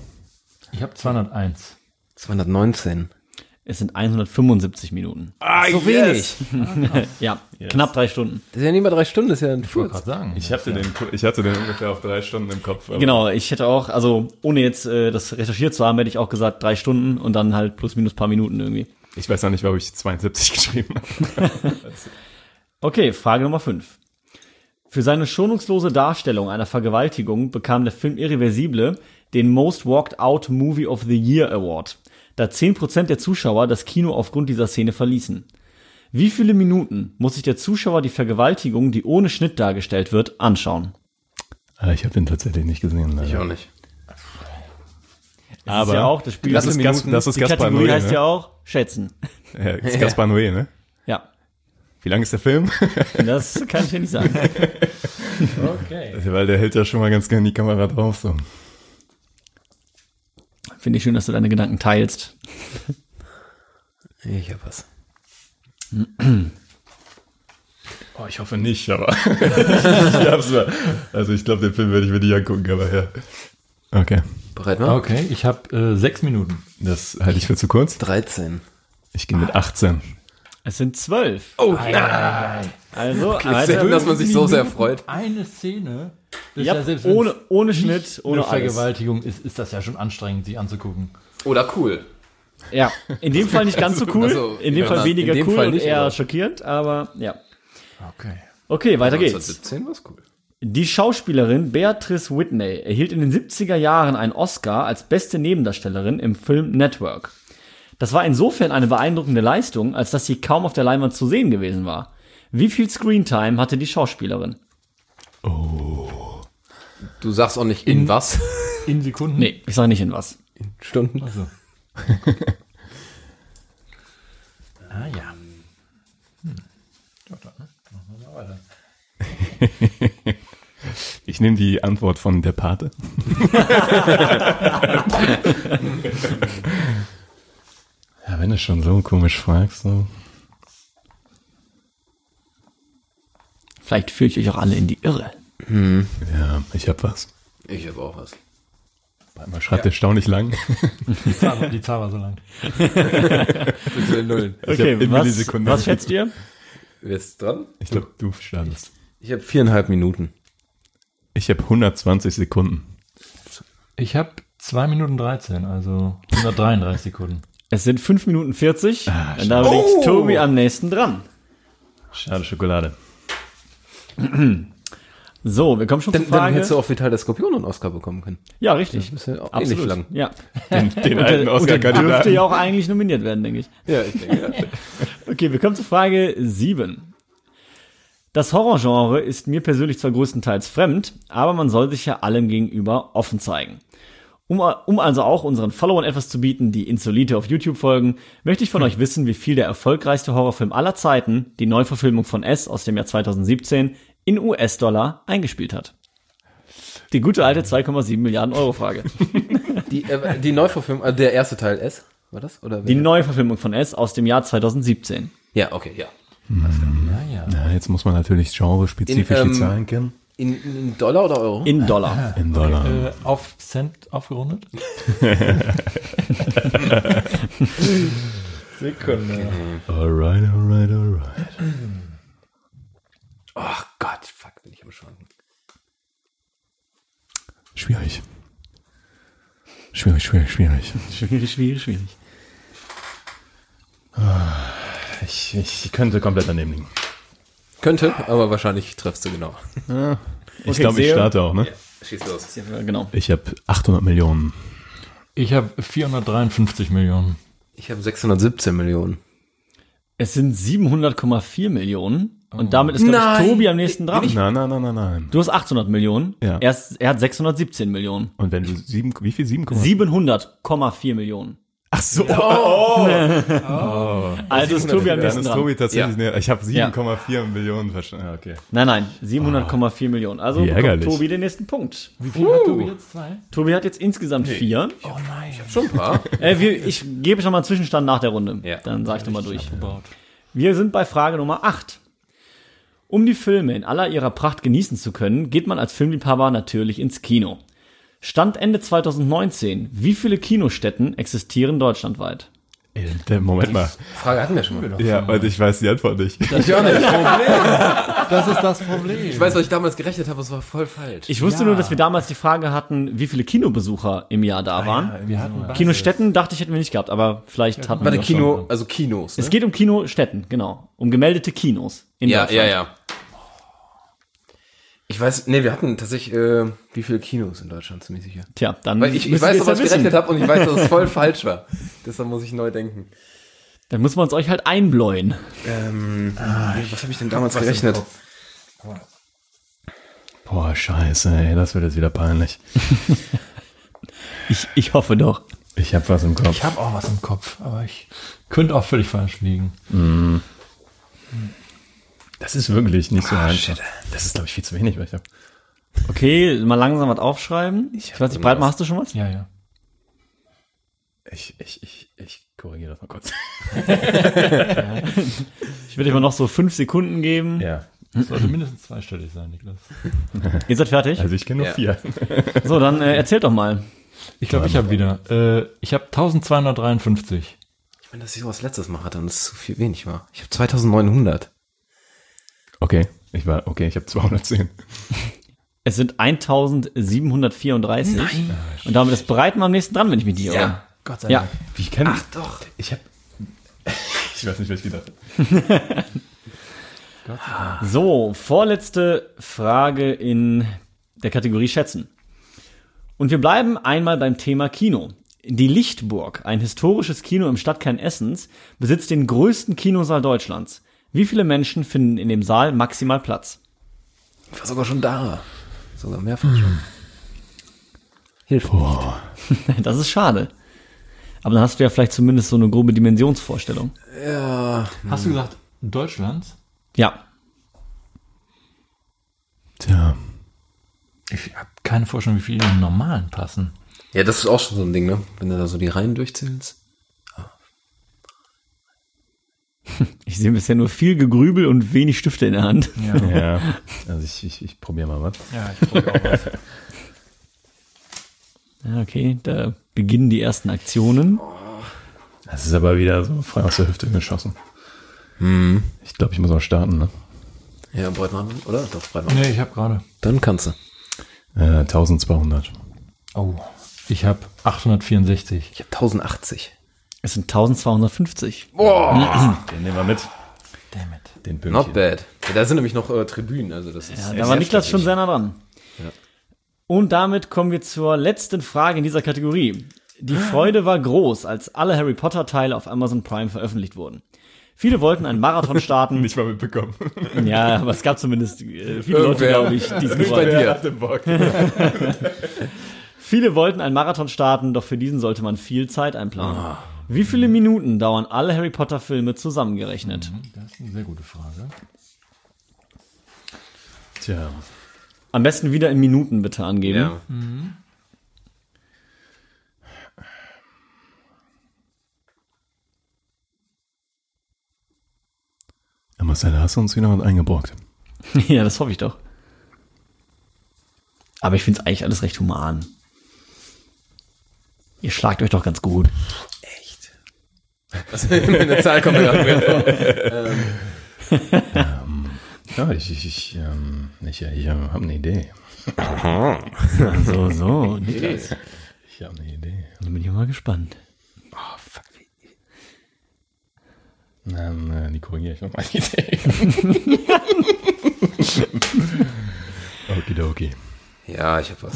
Ich habe 201.
219.
Es sind 175 Minuten.
Ah, so wenig.
Ja, knapp drei Stunden.
Das ist ja nicht mal drei Stunden, das ist ja ein
Ich wollte
Furz.
gerade sagen.
Ich hatte, den, ich hatte den ungefähr auf drei Stunden im Kopf. aber-
Genau, ich hätte auch, also ohne jetzt äh, das recherchiert zu haben, hätte ich auch gesagt drei Stunden und dann halt plus minus paar Minuten irgendwie.
Ich weiß noch nicht, warum ich 72 geschrieben habe.
Okay, Frage Nummer 5. Für seine schonungslose Darstellung einer Vergewaltigung bekam der Film Irreversible den Most Walked Out Movie of the Year Award, da 10% der Zuschauer das Kino aufgrund dieser Szene verließen. Wie viele Minuten muss sich der Zuschauer die Vergewaltigung, die ohne Schnitt dargestellt wird, anschauen?
Ah, ich habe den tatsächlich nicht gesehen. Leider.
nicht.
Das ist ja auch das Spiel.
das ist, Gas,
Minuten.
das ist
die
Gaspar
Kategorie
Noé.
heißt
Ne?
ja auch Schätzen.
Ja, das ist Gaspar Noé, ne?
Ja,
Wie lang ist der Film?
das kann ich ja nicht sagen.
Weil der hält ja schon mal ganz gerne die Kamera drauf. So.
Finde ich schön, dass du deine Gedanken teilst.
Ich hab was.
Oh, ich hoffe nicht, aber ich hab's mal. Also ich glaube, den Film werde ich mir nicht angucken, aber ja. Okay.
Bereit ne? mal?
Okay, ich habe äh, sechs Minuten.
Das halte ich für zu kurz.
13.
Ich gehe mit 18.
Es sind zwölf.
Oh, ja.
Also,
Selten, dass man sich so sehr freut.
Eine Szene. Das
Ja,
ist selbst wenn's
ohne, ohne Schnitt, ohne
eine
alles.
Vergewaltigung ist, ist das ja schon anstrengend, sie anzugucken.
Oder cool.
Ja, in dem Fall nicht ganz so cool,
Also,
in dem
ja,
Fall
na,
weniger
in dem
cool
Fall
und
nicht,
eher
aber-
schockierend, aber ja.
Okay.
Okay, weiter geht's.
2017 war's cool.
Die Schauspielerin Beatrice Whitney erhielt in den 70er Jahren einen Oscar als beste Nebendarstellerin im Film Network. Das war insofern eine beeindruckende Leistung, als dass sie kaum auf der Leinwand zu sehen gewesen war. Wie viel Screentime hatte die Schauspielerin?
Du sagst auch nicht in, was?
In Sekunden?
Nee, ich sage nicht in was.
Stunden.
Also. ah ja. Hm. Ja, dann machen wir mal weiter.
Ich nehme die Antwort von der Pate. ja, wenn du schon so komisch fragst, so.
Vielleicht führe ich euch auch alle in die Irre.
Ja, ich hab was.
Ich hab auch was.
Man schreibt erstaunlich lang.
Die Zahl, war- die Zahl war so lang.
Zu viele Nullen.
hab in
was,
Millisekunden-
was schätzt ihr?
Wer ist dran?
Ich glaube, du standest.
Ich habe viereinhalb Minuten.
Ich habe 120 Sekunden.
Ich habe 2 Minuten 13, also 133 Sekunden.
Es sind 5 Minuten 40.
Ah,
und da liegt Tobi am nächsten dran.
Schade Schokolade.
So, wir kommen schon
Dann,
zur Frage.
dann hättest du auch Vital der Skorpion einen Oscar bekommen können.
ja, richtig.
Das ist ja auch ähnlich
Absolut.
lang.
Ja.
Den, den alten
Und der dürfte
Oscar-Kandidaten.
ja auch eigentlich nominiert werden, denke ich.
Ja, ich denke. ja.
Okay, wir kommen zur Frage 7. Das Horrorgenre ist mir persönlich zwar größtenteils fremd, aber man soll sich ja allem gegenüber offen zeigen. Um, um also auch unseren Followern etwas zu bieten, die Insolite auf YouTube folgen, möchte ich von euch wissen, wie viel der erfolgreichste Horrorfilm aller Zeiten, die Neuverfilmung von S aus dem Jahr 2017, in US-Dollar eingespielt hat. Die gute alte 2,7 Milliarden Euro Frage.
Die, äh, die Neuverfilmung, äh, der erste Teil S, war das? Oder
Die
wer?
Neuverfilmung von S aus dem Jahr 2017.
Ja, okay, ja.
Ja, jetzt muss man natürlich genre-spezifisch
In, ähm,
die Zahlen kennen.
In, in Dollar oder Euro?
In Dollar.
In Dollar.
Äh, auf Cent aufgerundet? Sekunde.
Alright, alright, alright.
oh Gott, fuck, bin ich am Schwanken.
Schwierig. Schwierig, schwierig, schwierig.
Schwierig, schwierig, schwierig.
Ah, Ich, ich könnte komplett daneben liegen.
Könnte, aber wahrscheinlich treffst du genau.
Ich glaube, ich
sehr-
starte auch, ne?
Schieß los.
Genau.
Ich habe 800 Millionen.
Ich habe 453 Millionen.
Ich habe 617 Millionen.
Es sind 700,4 Millionen
Oh.
Und damit ist, glaube ich,
Nein.
Tobi am nächsten dran.
Nein, nein, nein, nein, nein.
Du hast 800 Millionen.
Ja.
Er, ist, er hat 617 Millionen.
Und wenn du sieben, wie viel? 7,7?
700,4 Millionen.
Ach so. Oh,
Also ist Tobi am
Dann
nächsten
ist
dran.
Tobi tatsächlich näher. Ich habe 7,4 Millionen verstanden. Ja, okay.
Nein, nein,
Ah.
700,4 Millionen. Also
Wie
bekommt
ärgerlich.
Tobi den nächsten Punkt.
Wie viel hat Tobi jetzt? Zwei? Oh
Tobi hat jetzt insgesamt vier.
Schon ein paar.
Äh, wir, ich gebe schon mal einen Zwischenstand nach der Runde.
Ja.
Dann sage ich nochmal durch. Wir sind bei Frage Nummer 8. Um die Filme in aller ihrer Pracht genießen zu können, geht man als Filmliebhaber natürlich ins Kino. Stand Ende 2019. Wie viele Kinostätten existieren deutschlandweit?
Ey, der- Moment mal.
Frage hatten wir schon mal.
Ja, und ich weiß die Antwort nicht.
Ich auch nicht.
Das ist das Problem.
Ich weiß, was ich damals gerechnet habe, es war voll falsch.
Ich wusste nur, dass wir damals die Frage hatten, wie viele Kinobesucher im Jahr
Ah
da waren.
wir hatten beide.
Also-
Kinostätten dachte ich hätten wir nicht gehabt, aber vielleicht hatten wir
Warte,
das schon.
Kino, also Kinos. Ne?
Es geht um Kinostätten, genau. Um gemeldete Kinos in
ja,
Deutschland.
ja, ja. Ich weiß, nee, wir hatten tatsächlich, äh, wie viele Kinos in Deutschland, ziemlich sicher.
Tja, dann
Weil ich, ich
müsst ihr
weiß,
es
dass
ja
ich gerechnet habe und ich weiß, dass es voll falsch war. Deshalb muss ich neu denken.
Dann müssen wir uns euch halt einbläuen.
Ähm, Ah, was habe ich denn damals gerechnet?
Boah, scheiße, ey, das wird jetzt wieder peinlich.
Ich, ich hoffe doch.
Ich habe was im Kopf.
Ich habe auch was im Kopf, aber ich könnte auch völlig falsch liegen.
das ist wirklich nicht so einfach. Das ist, glaube ich, viel zu wenig, was ich habe.
Okay, mal langsam was aufschreiben. Ich, weiß nicht, Breitmann, hast du schon was?
Ja, ja.
Ich, ich, ich, ich korrigiere das mal kurz.
Ich würde dir mal noch so fünf Sekunden geben.
Ja.
Sollte mindestens zweistellig sein, Niklas.
Ihr seid fertig?
Also ich kenne nur
Ja.
vier.
So, dann äh, erzählt doch mal.
Ich glaube, ich habe wieder. Äh, ich habe 1253.
Wenn das ich sowas letztes Mal hatte und es zu viel wenig war. Ich habe 2900.
Okay, ich war, okay, ich habe 210.
Es sind 1734. Nein. Und damit ist Breitmann am nächsten dran, wenn ich mit dir. Ja.
Gott sei
ja.
Wie kann
Ach doch.
ich? Ich habe, ich weiß nicht, was ich gedacht habe.
So, vorletzte Frage in der Kategorie Schätzen. Und wir bleiben einmal beim Thema Kino. Die Lichtburg, ein historisches Kino im Stadtkern Essens, besitzt den größten Kinosaal Deutschlands. Wie viele Menschen finden in dem Saal maximal Platz?
Ich war sogar schon da. Sogar mehrfach schon. Hilfe.
Das ist schade. Aber dann hast du ja vielleicht zumindest so eine grobe Dimensionsvorstellung.
Äh,
Hast du gesagt Deutschlands?
Ja.
Tja,
Ich habe keine Vorstellung, wie viele in den normalen passen.
Ja, das ist auch schon so ein Ding, ne? Wenn du da so die Reihen durchzählst.
Ich sehe bisher nur viel Gegrübel und wenig Stifte in der Hand.
ja. Also ich, ich, ich probiere mal was.
Ja, ich probiere auch was.
Ja, okay, da beginnen die ersten Aktionen.
Das ist aber wieder so frei aus der Hüfte geschossen. Ich glaube, ich muss auch starten, ne?
Ja, Breitmann, oder? Doch, Breitmann.
Nee, ich habe gerade.
Dann kannst du.
Äh, 1200.
Oh, ich habe 864.
Ich habe 1080.
Es sind 1250.
Den nehmen wir mit,
Damn it.
den
Not
Pünktchen.
bad. Ja, da sind nämlich noch äh, Tribünen, also das ist.
Ja, da war Niklas schon sehr nah dran. Und damit kommen wir zur letzten Frage in dieser Kategorie.
Ah.
Die Freude war groß, als alle Harry Potter-Teile auf Amazon Prime veröffentlicht wurden. Viele wollten einen Marathon starten.
Nicht mal mitbekommen.
ja, aber es gab zumindest äh, viele Leute,
Irgendwer.
glaube ich, die es
Nicht bei
gewollt
dir.
hatte Bock.
Viele wollten einen Marathon starten, doch für diesen sollte man viel Zeit einplanen.
Ah.
Wie viele Minuten dauern alle Harry Potter-Filme zusammengerechnet?
Mhm.
Das ist eine sehr gute Frage.
Tja,
Am besten wieder in Minuten bitte angeben.
Ja.
Ja, Marcel, hast du uns wieder was eingebrockt?
Ja, das hoffe ich doch. Aber ich finde es eigentlich alles recht human. Ihr schlagt euch doch ganz gut.
Echt? Also, eine Zahl kommt mir gerade mehr vor.
Ja, ich, ich, ich, ähm, ich, äh, ich habe eine Idee.
So, so, Niklas.
Ich habe eine Idee.
Dann bin ich mal gespannt.
Ähm, äh, die korrigiere ich noch meine Idee. Okidoki.
Ja, ich habe was.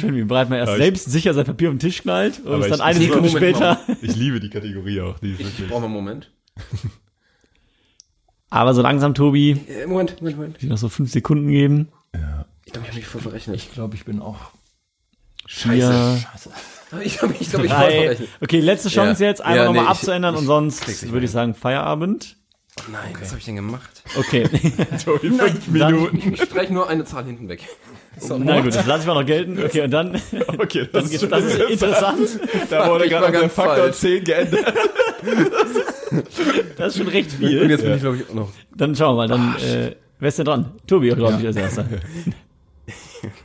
Schön, wie breit man erst
Aber ich-
selbst sicher sein Papier auf den Tisch knallt und
Aber
es dann
ich-
eine
ich-
Sekunde
Moment,
später.
Ich liebe die Kategorie auch. Die ist wirklich.
Brauchen wir einen Moment.
Aber so langsam, Tobi,
Äh, Moment, Moment, Moment.
die noch so fünf Sekunden geben.
Ich glaube, ich habe mich voll verrechnet.
Ich glaube, ich bin auch.
Vier,
Ich glaube, ich, glaub, ich voll
drei.
verrechnet.
Okay, letzte Chance
Ja.
jetzt, einmal
Ja,
nochmal
nee, ich-
abzuändern und sonst würde ich sagen Feierabend.
Oh Nein, was habe ich denn gemacht?
Okay,
Fünf Minuten.
Ich streich nur eine Zahl hinten weg.
na gut, das lasse ich mal noch gelten. Okay, und dann,
Okay,
das, ist, das ist interessant.
da wurde
ich
gerade
war
noch der
ganz
Faktor
falsch.
10 geändert.
Das ist schon recht
Und
viel.
jetzt bin ich, glaube ich, auch noch.
Dann schauen wir mal, dann, äh, wer ist denn dran? Tobi, glaube ich, als erster.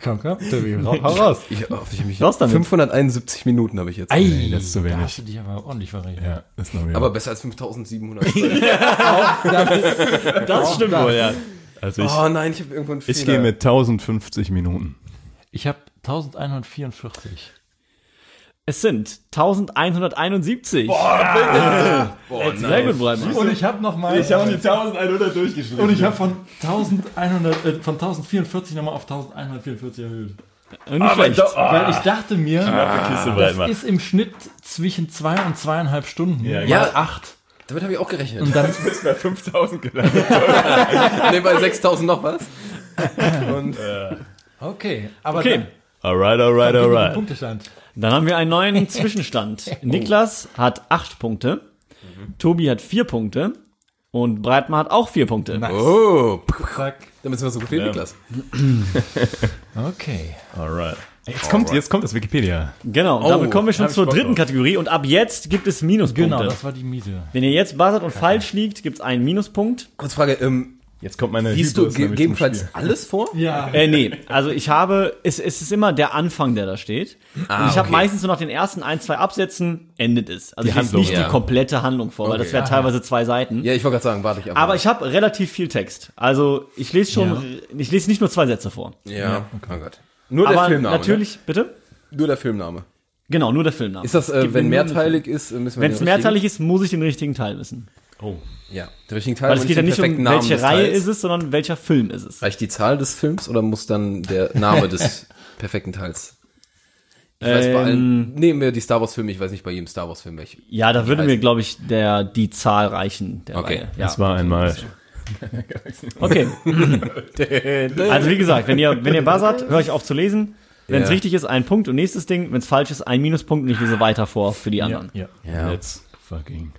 Komm, komm, Tobi, hau hau raus.
Ich, oh, ich hab mich
Raus damit.
571 Minuten habe ich jetzt.
Nee, das ist zu
Da
wenig.
hast du dich aber ordentlich verrechnet.
Ja, das ist noch wenig.
Aber besser als 5700.
Das stimmt wohl, ja.
also ich,
oh nein, ich habe irgendwo einen Fehler.
ich gehe mit 1050 Minuten.
Ich habe 1144.
Es sind 1171. Boah, Sehr gut, Breitmann.
Und ich habe nochmal. Ich habe die 1100 durchgeschrieben. Und ich habe von 1100, äh, von 1044 nochmal auf 1144 erhöht.
Und Nicht schlecht.
ah.
Weil ich dachte mir,
Kiste
das ist im Schnitt zwischen zwei und zweieinhalb Stunden. Ja,
Ja.
acht.
Damit habe ich auch gerechnet.
Und dann,
ist bei 5000 gelandet.
nee, bei 6000 noch was. Und
okay, aber
Okay,
Alright, alright,
dann, right.
alright.
Punktestand.
dann haben wir einen neuen Zwischenstand.
Oh.
Niklas hat acht Punkte,
Mhm.
Tobi hat vier Punkte und Breitmann hat auch vier Punkte.
oh,
Zack.
damit sind wir so gut wie Niklas.
Okay.
Alright. Jetzt kommt, jetzt kommt das Wikipedia.
Genau, damit kommen wir schon zur dritten Kategorie und ab jetzt gibt es Minuspunkte.
Genau, das war die Miete.
Wenn ihr jetzt buzzert und falsch liegt, gibt es einen Minuspunkt.
Kurzfrage, ähm,
Jetzt kommt meine
liest du
Hybris
ge
nämlich zum
gegebenenfalls
Spiel.
alles vor?
Ja.
Äh, nee, also ich habe, es, es ist immer der Anfang, der da steht. und ich habe
Ah, okay.
meistens so nach den ersten ein, zwei Absätzen endet es. Also ich lese
Handlung,
nicht
ja.
die komplette Handlung vor, weil das wäre teilweise zwei Seiten.
Ja, ich wollte gerade sagen, warte ich ab.
Aber ich habe relativ viel Text. Also ich lese schon, ich lese nicht nur zwei Sätze vor.
ja, oh Gott. Nur der
Aber
Filmname.
natürlich, bitte?
Ne? Nur der Filmname.
Genau, nur der Filmname.
Ist das, äh,
Gib
wenn
mir nur den
mehrteilig ist, äh, müssen wir
Wenn es
den
mehrteilig ist, muss ich den richtigen Teil wissen.
Oh.
richtigen- Ja, der richtigen Teil.
Weil es
und
geht ja
den
nicht um
perfekten Namen
welche
des
Reihe
Teils.
ist es, sondern welcher Film ist es.
Reicht die Zahl des Films oder muss dann der Name des perfekten Teils? Ich weiß bei
Ähm.
allen, nehmen wir die Star Wars Filme, ich weiß nicht bei jedem Star Wars Film welche.
Ja, da würde
weiß
mir,
nicht.
glaube ich, der die Zahl reichen. Der
Okay,
Reihe.
Das war einmal.
Okay. also wie gesagt, wenn ihr, wenn ihr buzzert, höre ich auf zu lesen. Wenn es
Ja.
richtig ist, ein Punkt und nächstes Ding. Wenn es falsch ist, ein Minuspunkt und ich lese weiter vor für die anderen.
ja.
Ja.
Let's fucking.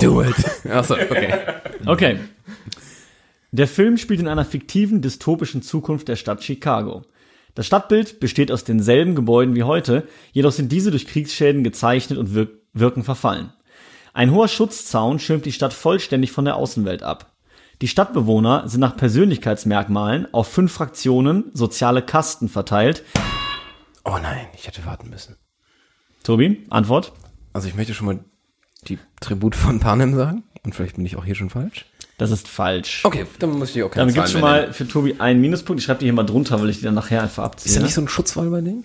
Do it. Achso, Oh. okay.
Okay. Der Film spielt in einer fiktiven, dystopischen Zukunft der Stadt Chicago. Das Stadtbild besteht aus denselben Gebäuden wie heute, jedoch sind diese durch Kriegsschäden gezeichnet und wirk wirken verfallen. Ein hoher Schutzzaun schirmt die Stadt vollständig von der Außenwelt ab. Die Stadtbewohner sind nach Persönlichkeitsmerkmalen auf fünf Fraktionen soziale Kasten verteilt.
Oh nein, ich hätte warten müssen.
Tobi, Antwort?
Also ich möchte schon mal die Tribut von Panem sagen. Und vielleicht bin ich auch hier schon falsch.
Das ist falsch.
Okay, dann muss ich die auch keine
Damit gibt's
Zahlen
schon
mehr
mal
nennen.
für Tobi einen Minuspunkt. Ich schreibe die hier mal drunter, weil ich die dann nachher einfach abziehe. ne?
Ist da nicht so ein Schutzwall bei denen?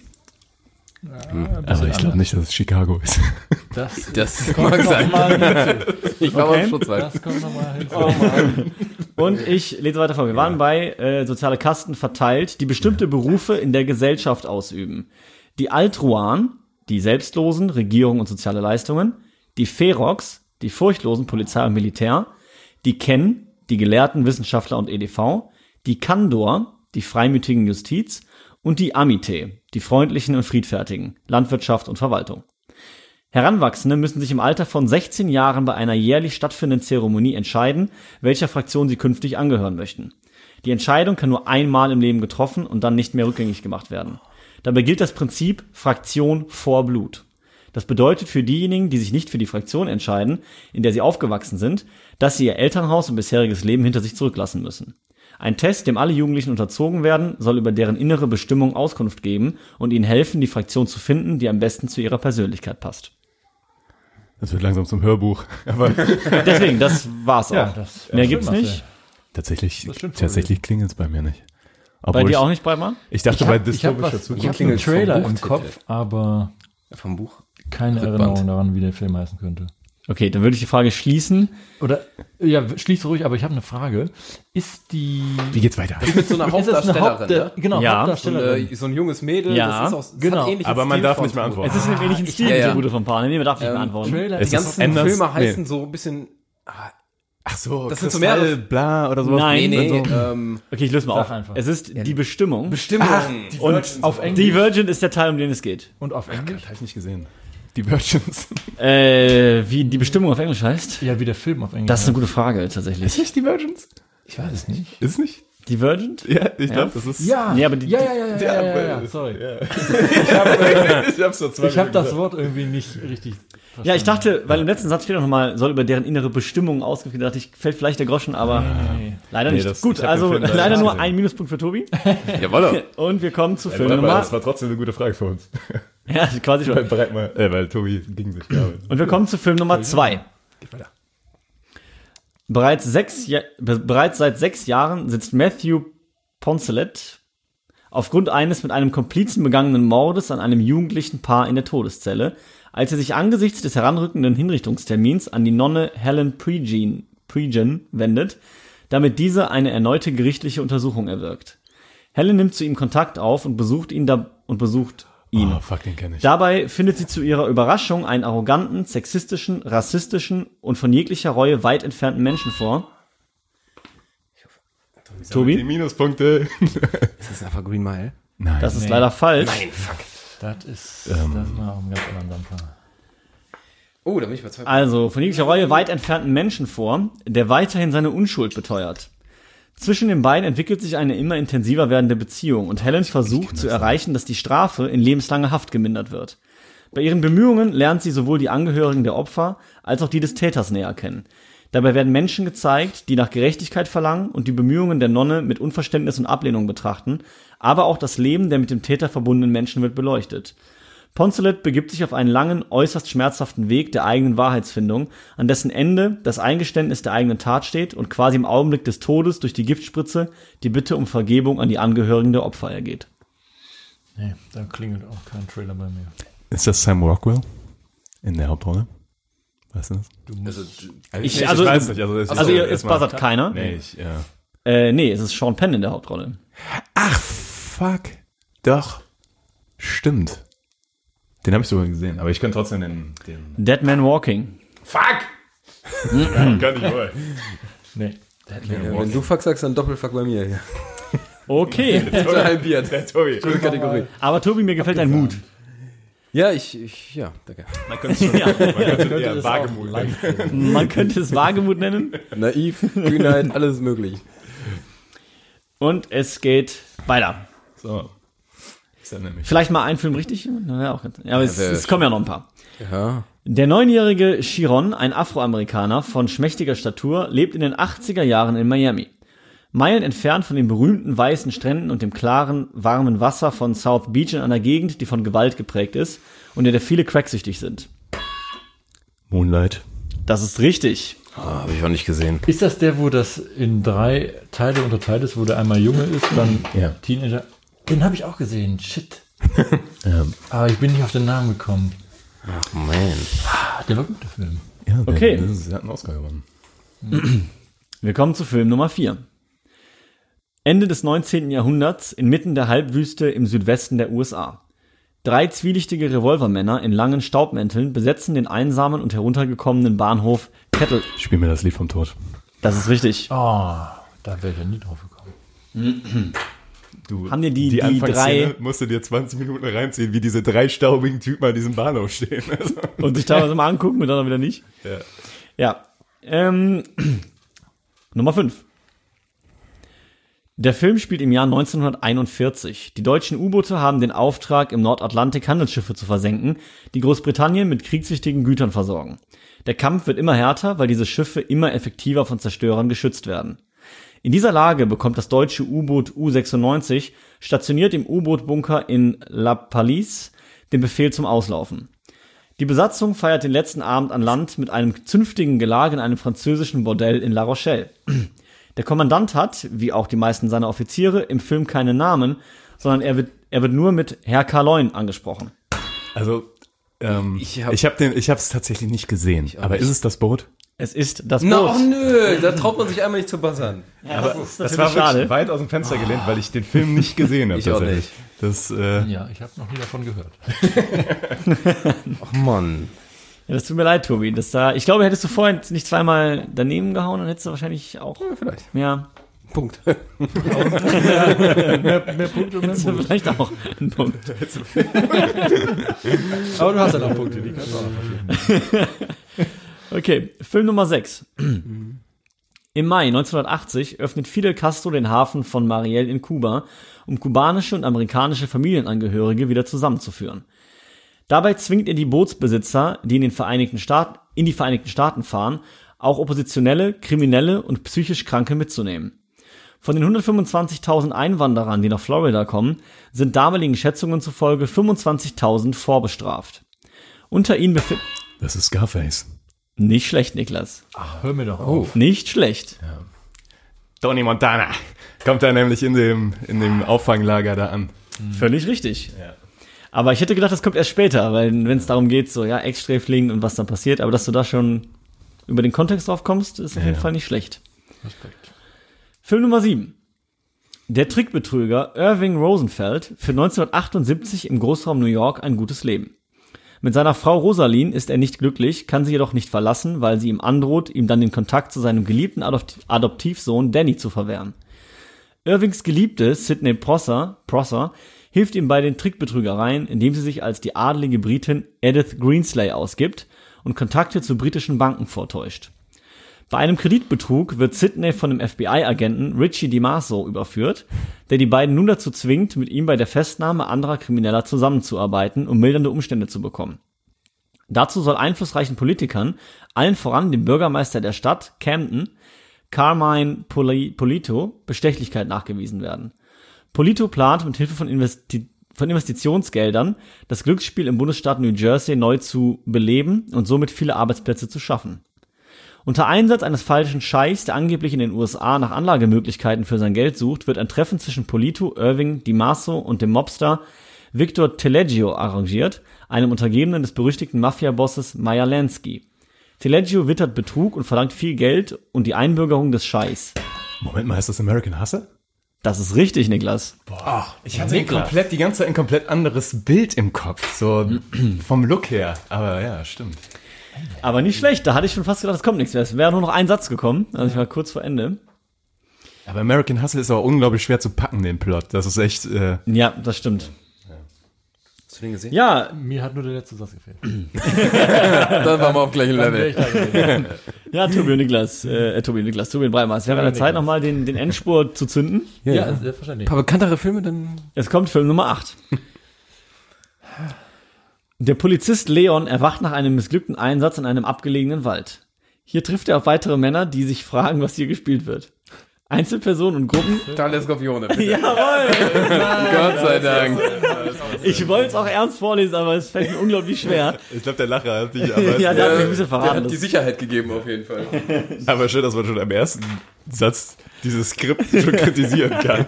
Also ich glaube nicht, dass es Chicago ist.
Das,
Das mag
kommt
sein.
nochmal
Ich war mal im Schutzwall.
das kommt nochmal hin.
Und ich lese weiter vor. Wir waren bei äh, soziale Kasten verteilt, die bestimmte Berufe in der Gesellschaft ausüben. Die Altruan, die Selbstlosen, Regierung und soziale Leistungen, die Ferox, die Furchtlosen, Polizei und Militär, die Ken, die Gelehrten, Wissenschaftler und EDV, die Kandor, die freimütigen Justiz und die Amite, die Freundlichen und Friedfertigen, Landwirtschaft und Verwaltung. Heranwachsende müssen sich im Alter von 16 Jahren bei einer jährlich stattfindenden Zeremonie entscheiden, welcher Fraktion sie künftig angehören möchten. Die Entscheidung kann nur einmal im Leben getroffen und dann nicht mehr rückgängig gemacht werden. Dabei gilt das Prinzip Fraktion vor Blut. Das bedeutet für diejenigen, die sich nicht für die Fraktion entscheiden, in der sie aufgewachsen sind, dass sie ihr Elternhaus und bisheriges Leben hinter sich zurücklassen müssen. Ein Test, dem alle Jugendlichen unterzogen werden, soll über deren innere Bestimmung Auskunft geben und ihnen helfen, die Fraktion zu finden, die am besten zu ihrer Persönlichkeit passt.
Das wird langsam zum Hörbuch. Aber
Deswegen, das war's auch.
Ja, das-
Mehr
ja,
gibt's
schön,
nicht.
tatsächlich,
stimmt,
tatsächlich klingelt es bei mir nicht.
Bei
Obwohl
dir
ich,
auch nicht, Breitmann?
Ich dachte
Ich
bei
habe hab
dystopischer
was, ich
Zukunft.
hab einen
Klingelt vom
Trailer im
Buchtitel.
Kopf, aber
Vom Buch.
keine
Rückwand.
Erinnerung daran, wie der Film heißen könnte.
Okay, dann würde ich die Frage schließen.
Oder, ja, schließ ruhig, aber ich habe eine Frage. Ist die...
Wie geht's weiter?
Mit so einer
ist das eine
Hauptdarstellerin,
Hauptda-
ne?
Genau,
Ja.
Und,
Hauptdarstellerin.
äh, so ein junges Mädel,
Ja,
das ist auch das
genau.
Hat ähnlichen
Aber man
Stil
darf
von
nicht mehr
Tribut.
Es
antworten.
ist im ähnlichen Stil,
ja, ja.
diese Bude von Panem. Nee, man darf nicht beantworten.
Trailer
Es
Die
ist
ganzen
Anders-
Filme
nee.
heißen so ein bisschen ah,
Ach so,
Das sind so
Kristall,
mehrere-
bla oder sowas.
Nein, Also,
Dann
Nee,
so.
ähm,
Okay, ich löse mal
Sag
auf.
einfach.
Es ist die Bestimmung.
Bestimmung.
und
auf Englisch.
Divergent ist der Teil, um den es geht.
Und auf Englisch?
Hab ich nicht gesehen. Die Virgins.
Äh, wie die Bestimmung auf Englisch heißt?
Ja, wie der Film auf Englisch.
Das ist eine gute Frage tatsächlich.
Nicht die Virgins?
ich weiß es nicht.
Ist nicht?
Divergent?
Ja, ich glaube, das ist.
Ja,
Nee, aber die-
ja, ja, ja, ja, ja, ja, ja,
äh,
sorry.
ich hab's so zwei
Ich habe das Wort irgendwie nicht
Ähm.
richtig.
Ja, ich dachte, weil im letzten Satz steht noch mal, soll über deren innere Bestimmung ausgeführt werden. Ich fällt vielleicht der Groschen, aber leider nicht.
das-
Gut,
ich hab den
also
Film leider
leider
nicht
nur
gesehen.
ein Minuspunkt für Tobi.
Jawoll.
Und wir kommen zu Film Nummer.
Das war trotzdem eine gute Frage für uns.
Ja, quasi schon.
Weil Brett mal, Oh, äh, weil Tobi ging sich damit.
Und wir kommen zu Film Nummer zwei. Bereits, sechs Ja- be- bereits seit sechs Jahren sitzt Matthew Poncelet aufgrund eines mit einem Komplizen begangenen Mordes an einem jugendlichen Paar in der Todeszelle, als er sich angesichts des heranrückenden Hinrichtungstermins an die Nonne Helen Pregen, Pregen wendet, damit diese eine erneute gerichtliche Untersuchung erwirkt. Helen nimmt zu ihm Kontakt auf und besucht ihn da und besucht ihn.
Oh, fuck, den kenne ich.
Dabei findet sie zu ihrer Überraschung einen arroganten, sexistischen, rassistischen und von jeglicher Reue weit entfernten Menschen vor.
Die
Tobi,
Minuspunkte.
Das ist einfach Green Mile.
Nein.
das ist leider falsch.
Das ist. das war auf einem ganz anderen Dampfer.
Oh, da bin ich bei zwei.
Also von jeglicher Reue weit entfernten Menschen vor, der weiterhin seine Unschuld beteuert. Zwischen den beiden entwickelt sich eine immer intensiver werdende Beziehung und Helen versucht zu erreichen, dass die Strafe in lebenslange Haft gemindert wird. Bei ihren Bemühungen lernt sie sowohl die Angehörigen der Opfer als auch die des Täters näher kennen. Dabei werden Menschen gezeigt, die nach Gerechtigkeit verlangen und die Bemühungen der Nonne mit Unverständnis und Ablehnung betrachten, aber auch das Leben der mit dem Täter verbundenen Menschen wird beleuchtet. Poncelet begibt sich auf einen langen, äußerst schmerzhaften Weg der eigenen Wahrheitsfindung, an dessen Ende das Eingeständnis der eigenen Tat steht und quasi im Augenblick des Todes durch die Giftspritze die Bitte um Vergebung an die Angehörigen der Opfer ergeht.
Nee, da klingelt auch kein Trailer bei mir.
Ist das Sam Rockwell? In der Hauptrolle? Weißt du das?
Ich- also-
nicht. Also, es
Also ihr, es
erstmal-
buzzert keiner. Nee.
Nee, ich, ja.
Äh, nee, es ist Sean Penn in der Hauptrolle.
Fuck. Doch. Stimmt. Den habe ich sogar gesehen, aber ich kann trotzdem den. den
Dead Man Walking.
Fuck! kann ich wohl.
Nee.
Wenn du Fuck sagst, dann Doppelfuck bei mir. Ja.
Okay,
Also halbiert.
Der Tobi.
Gute Kategorie.
aber Tobi, mir gefällt dein Mut.
Ja, ich, ich, ja, danke.
Man könnte schon
das
ja,
auch
Wagemut. nennen.
Man könnte es Wagemut nennen.
Naiv, Kühnheit, alles möglich.
Und es geht weiter.
So. Ist dann nämlich.
Vielleicht mal einen Film richtig? Das wär auch ganz, ja, aber es,
wär
es kommen ja noch ein paar.
Ja.
Der neunjährige Chiron, ein Afroamerikaner von schmächtiger Statur, lebt in den 80er Jahren in Miami. Meilen entfernt von den berühmten weißen Stränden und dem klaren, warmen Wasser von South Beach in einer Gegend, die von Gewalt geprägt ist und in der viele cracksüchtig sind.
Moonlight.
Das ist richtig.
Ah, Habe ich auch nicht gesehen.
Ist das der, wo das in drei Teile unterteilt ist, wo der einmal Junge ist, dann
Ja.
Teenager? Den habe ich auch gesehen. Shit. Aber ich bin nicht auf den Namen gekommen.
Man.
Ah, der war gut, der Film.
Ja, der-
Okay.
Das ist, der hat einen Oscar gewonnen.
Wir kommen zu Film Nummer 4. Ende des 19. Jahrhunderts, inmitten der Halbwüste im Südwesten der USA. Drei zwielichtige Revolvermänner in langen Staubmänteln besetzen den einsamen und heruntergekommenen Bahnhof Kettle.
Spiel mir das Lied vom Tod.
Das ist richtig.
Ah, da wäre ich ja nie drauf gekommen.
Du,
Haben dir die- die
Anfangsszene
drei-
musst du dir 20 Minuten reinziehen, wie diese drei staubigen Typen an diesem Bahnhof stehen. Also,
Und sich teilweise mal angucken und dann wieder nicht.
ja.
Ja. Ähm, Nummer 5. Der Film spielt im Jahr 1941. Die deutschen U-Boote haben den Auftrag, im Nordatlantik Handelsschiffe zu versenken, die Großbritannien mit kriegswichtigen Gütern versorgen. Der Kampf wird immer härter, weil diese Schiffe immer effektiver von Zerstörern geschützt werden. In dieser Lage bekommt das deutsche U-Boot U-96, stationiert im U-Boot-Bunker in La Palisse, den Befehl zum Auslaufen. Die Besatzung feiert den letzten Abend an Land mit einem zünftigen Gelage in einem französischen Bordell in La Rochelle. Der Kommandant hat, wie auch die meisten seiner Offiziere, im Film keinen Namen, sondern er wird, er wird nur mit Herr Carloin angesprochen.
also ähm,
Ich
ich
hab-
habe hab den- ich hab's tatsächlich nicht gesehen. Aber ist es das Boot?
Es ist das Boot.
Na, oh nö, da traut man sich einmal nicht zu buzzern.
ja, das ist
Das war
natürlich
wirklich weit aus dem Fenster gelehnt, weil ich den Film nicht gesehen habe.
Ich auch
tatsächlich. Das, äh,
Ja, ich habe noch nie davon gehört.
Ach Mann.
Ja, das tut mir leid, Tobi. Das da, ich glaube, hättest du vorhin nicht zweimal daneben gehauen, dann hättest du wahrscheinlich auch
Vielleicht.
mehr,
Punkt.
Mehr Punkte, mehr
hättest du
Punkte.
vielleicht auch einen Punkt.
Aber du hast halt auch Punkte, die kannst du auch noch
Okay, Film Nummer 6.
Mhm.
Im Mai 1980 öffnet Fidel Castro den Hafen von Mariel in Kuba, um kubanische und amerikanische Familienangehörige wieder zusammenzuführen. Dabei zwingt er die Bootsbesitzer, die in den Vereinigten Staaten, in die Vereinigten Staaten fahren, auch Oppositionelle, Kriminelle und psychisch Kranke mitzunehmen. Von den 125.000 Einwanderern, die nach Florida kommen, sind damaligen Schätzungen zufolge 25.000 vorbestraft. Unter ihnen befinden
Das ist Scarface.
nicht schlecht, Niklas.
Hör mir doch auf.
Nicht schlecht.
Tony Montana. Kommt da nämlich in dem, in dem Auffanglager da an.
Völlig richtig. Aber ich hätte gedacht, das kommt erst später, weil wenn es darum geht, so ja, Ex-Sträfling und was dann passiert, aber dass du da schon über den Kontext drauf kommst, ist auf jeden
ja.
Fall nicht schlecht. Film Nummer 7. Der Trickbetrüger Irving Rosenfeld für 1978 im Großraum New York ein gutes Leben. Mit seiner Frau Rosaline ist er nicht glücklich, kann sie jedoch nicht verlassen, weil sie ihm androht, ihm dann den Kontakt zu seinem geliebten Adopt Adoptivsohn Danny zu verwehren. Irvings Geliebte, Sidney Prosser, Prosser, hilft ihm bei den Trickbetrügereien, indem sie sich als die adelige Britin Edith Greenslay ausgibt und Kontakte zu britischen Banken vortäuscht. Bei einem Kreditbetrug wird Sidney von dem FBI-Agenten Richie DiMaso überführt, der die beiden nun dazu zwingt, mit ihm bei der Festnahme anderer Krimineller zusammenzuarbeiten, um mildernde Umstände zu bekommen. Dazu soll einflussreichen Politikern, allen voran dem Bürgermeister der Stadt, Camden, Carmine Poli Polito Bestechlichkeit nachgewiesen werden. Polito plant mit Hilfe von, Investi von Investitionsgeldern das Glücksspiel im Bundesstaat New Jersey neu zu beleben und somit viele Arbeitsplätze zu schaffen. Unter Einsatz eines falschen Scheichs, der angeblich in den USA nach Anlagemöglichkeiten für sein Geld sucht, wird ein Treffen zwischen Polito, Irving, DiMasso und dem Mobster Victor Teleggio arrangiert, einem Untergebenen des berüchtigten Mafia-Bosses Meyer Lansky. Teleggio wittert Betrug und verlangt viel Geld und die Einbürgerung des Scheichs.
Moment mal, heißt das American Hustle?
Das ist richtig, Niklas.
Ich hatte komplett, die ganze Zeit ein komplett anderes Bild im Kopf, so vom Look her. Aber ja, stimmt.
Aber nicht schlecht, da hatte ich schon fast gedacht, es kommt nichts mehr. Es wäre nur noch ein Satz gekommen, also ich war kurz vor Ende.
Aber American Hustle ist auch unglaublich schwer zu packen, den Plot. Das ist echt, äh,
Ja, das stimmt.
Hast du den gesehen?
Ja,
Mir hat nur der letzte Satz gefehlt.
Dann waren wir auf gleichem Level.
Ja, Tobi und Niklas, äh, äh, Tobi und Niklas, Tobi und Breitmann. Es wäre an der Zeit, nochmal den, den Endspurt zu zünden.
Ja, selbstverständlich.
Ein paar bekanntere Filme, dann
Es kommt Film Nummer 8. Der Polizist Leon erwacht nach einem missglückten Einsatz in einem abgelegenen Wald. Hier trifft er auf weitere Männer, die sich fragen, was hier gespielt wird. Einzelpersonen und Gruppen.
Tale Skorpione.
Jawohl!
Gott sei Dank.
Ich wollte es auch ernst vorlesen, aber es fällt mir unglaublich schwer.
ich glaube, der Lacher hat dich, aber,
Ja, da hat mich ein bisschen
Der
verraten.
hat die
Das-
Sicherheit gegeben auf jeden Fall.
aber schön, dass man schon am ersten Satz dieses Skript schon kritisieren kann.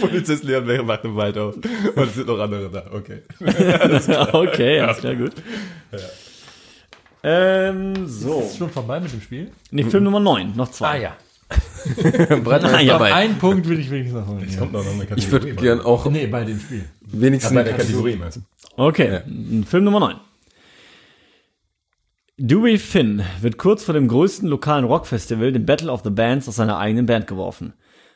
Polizist Leon Becker macht den Wald auf. Und es sind noch andere da, okay.
Okay, alles klar, gut. Ähm, so.
Ist es schon vorbei mit dem Spiel?
Nee, Film Nummer 9, noch zwei.
Ah, ja.
Breitmann
Ah,
ist
ja.
dabei.
Einen Punkt will ich wenigstens noch holen.
Kommt noch eine Kategorie.
Ich würde gern auch
Nee, bei dem Spiel.
wenigstens...
bei der Kategorie, meinst du?
Okay, m, Film Nummer 9. Dewey Finn wird kurz vor dem größten lokalen Rockfestival, dem Battle of the Bands, aus seiner eigenen Band geworfen.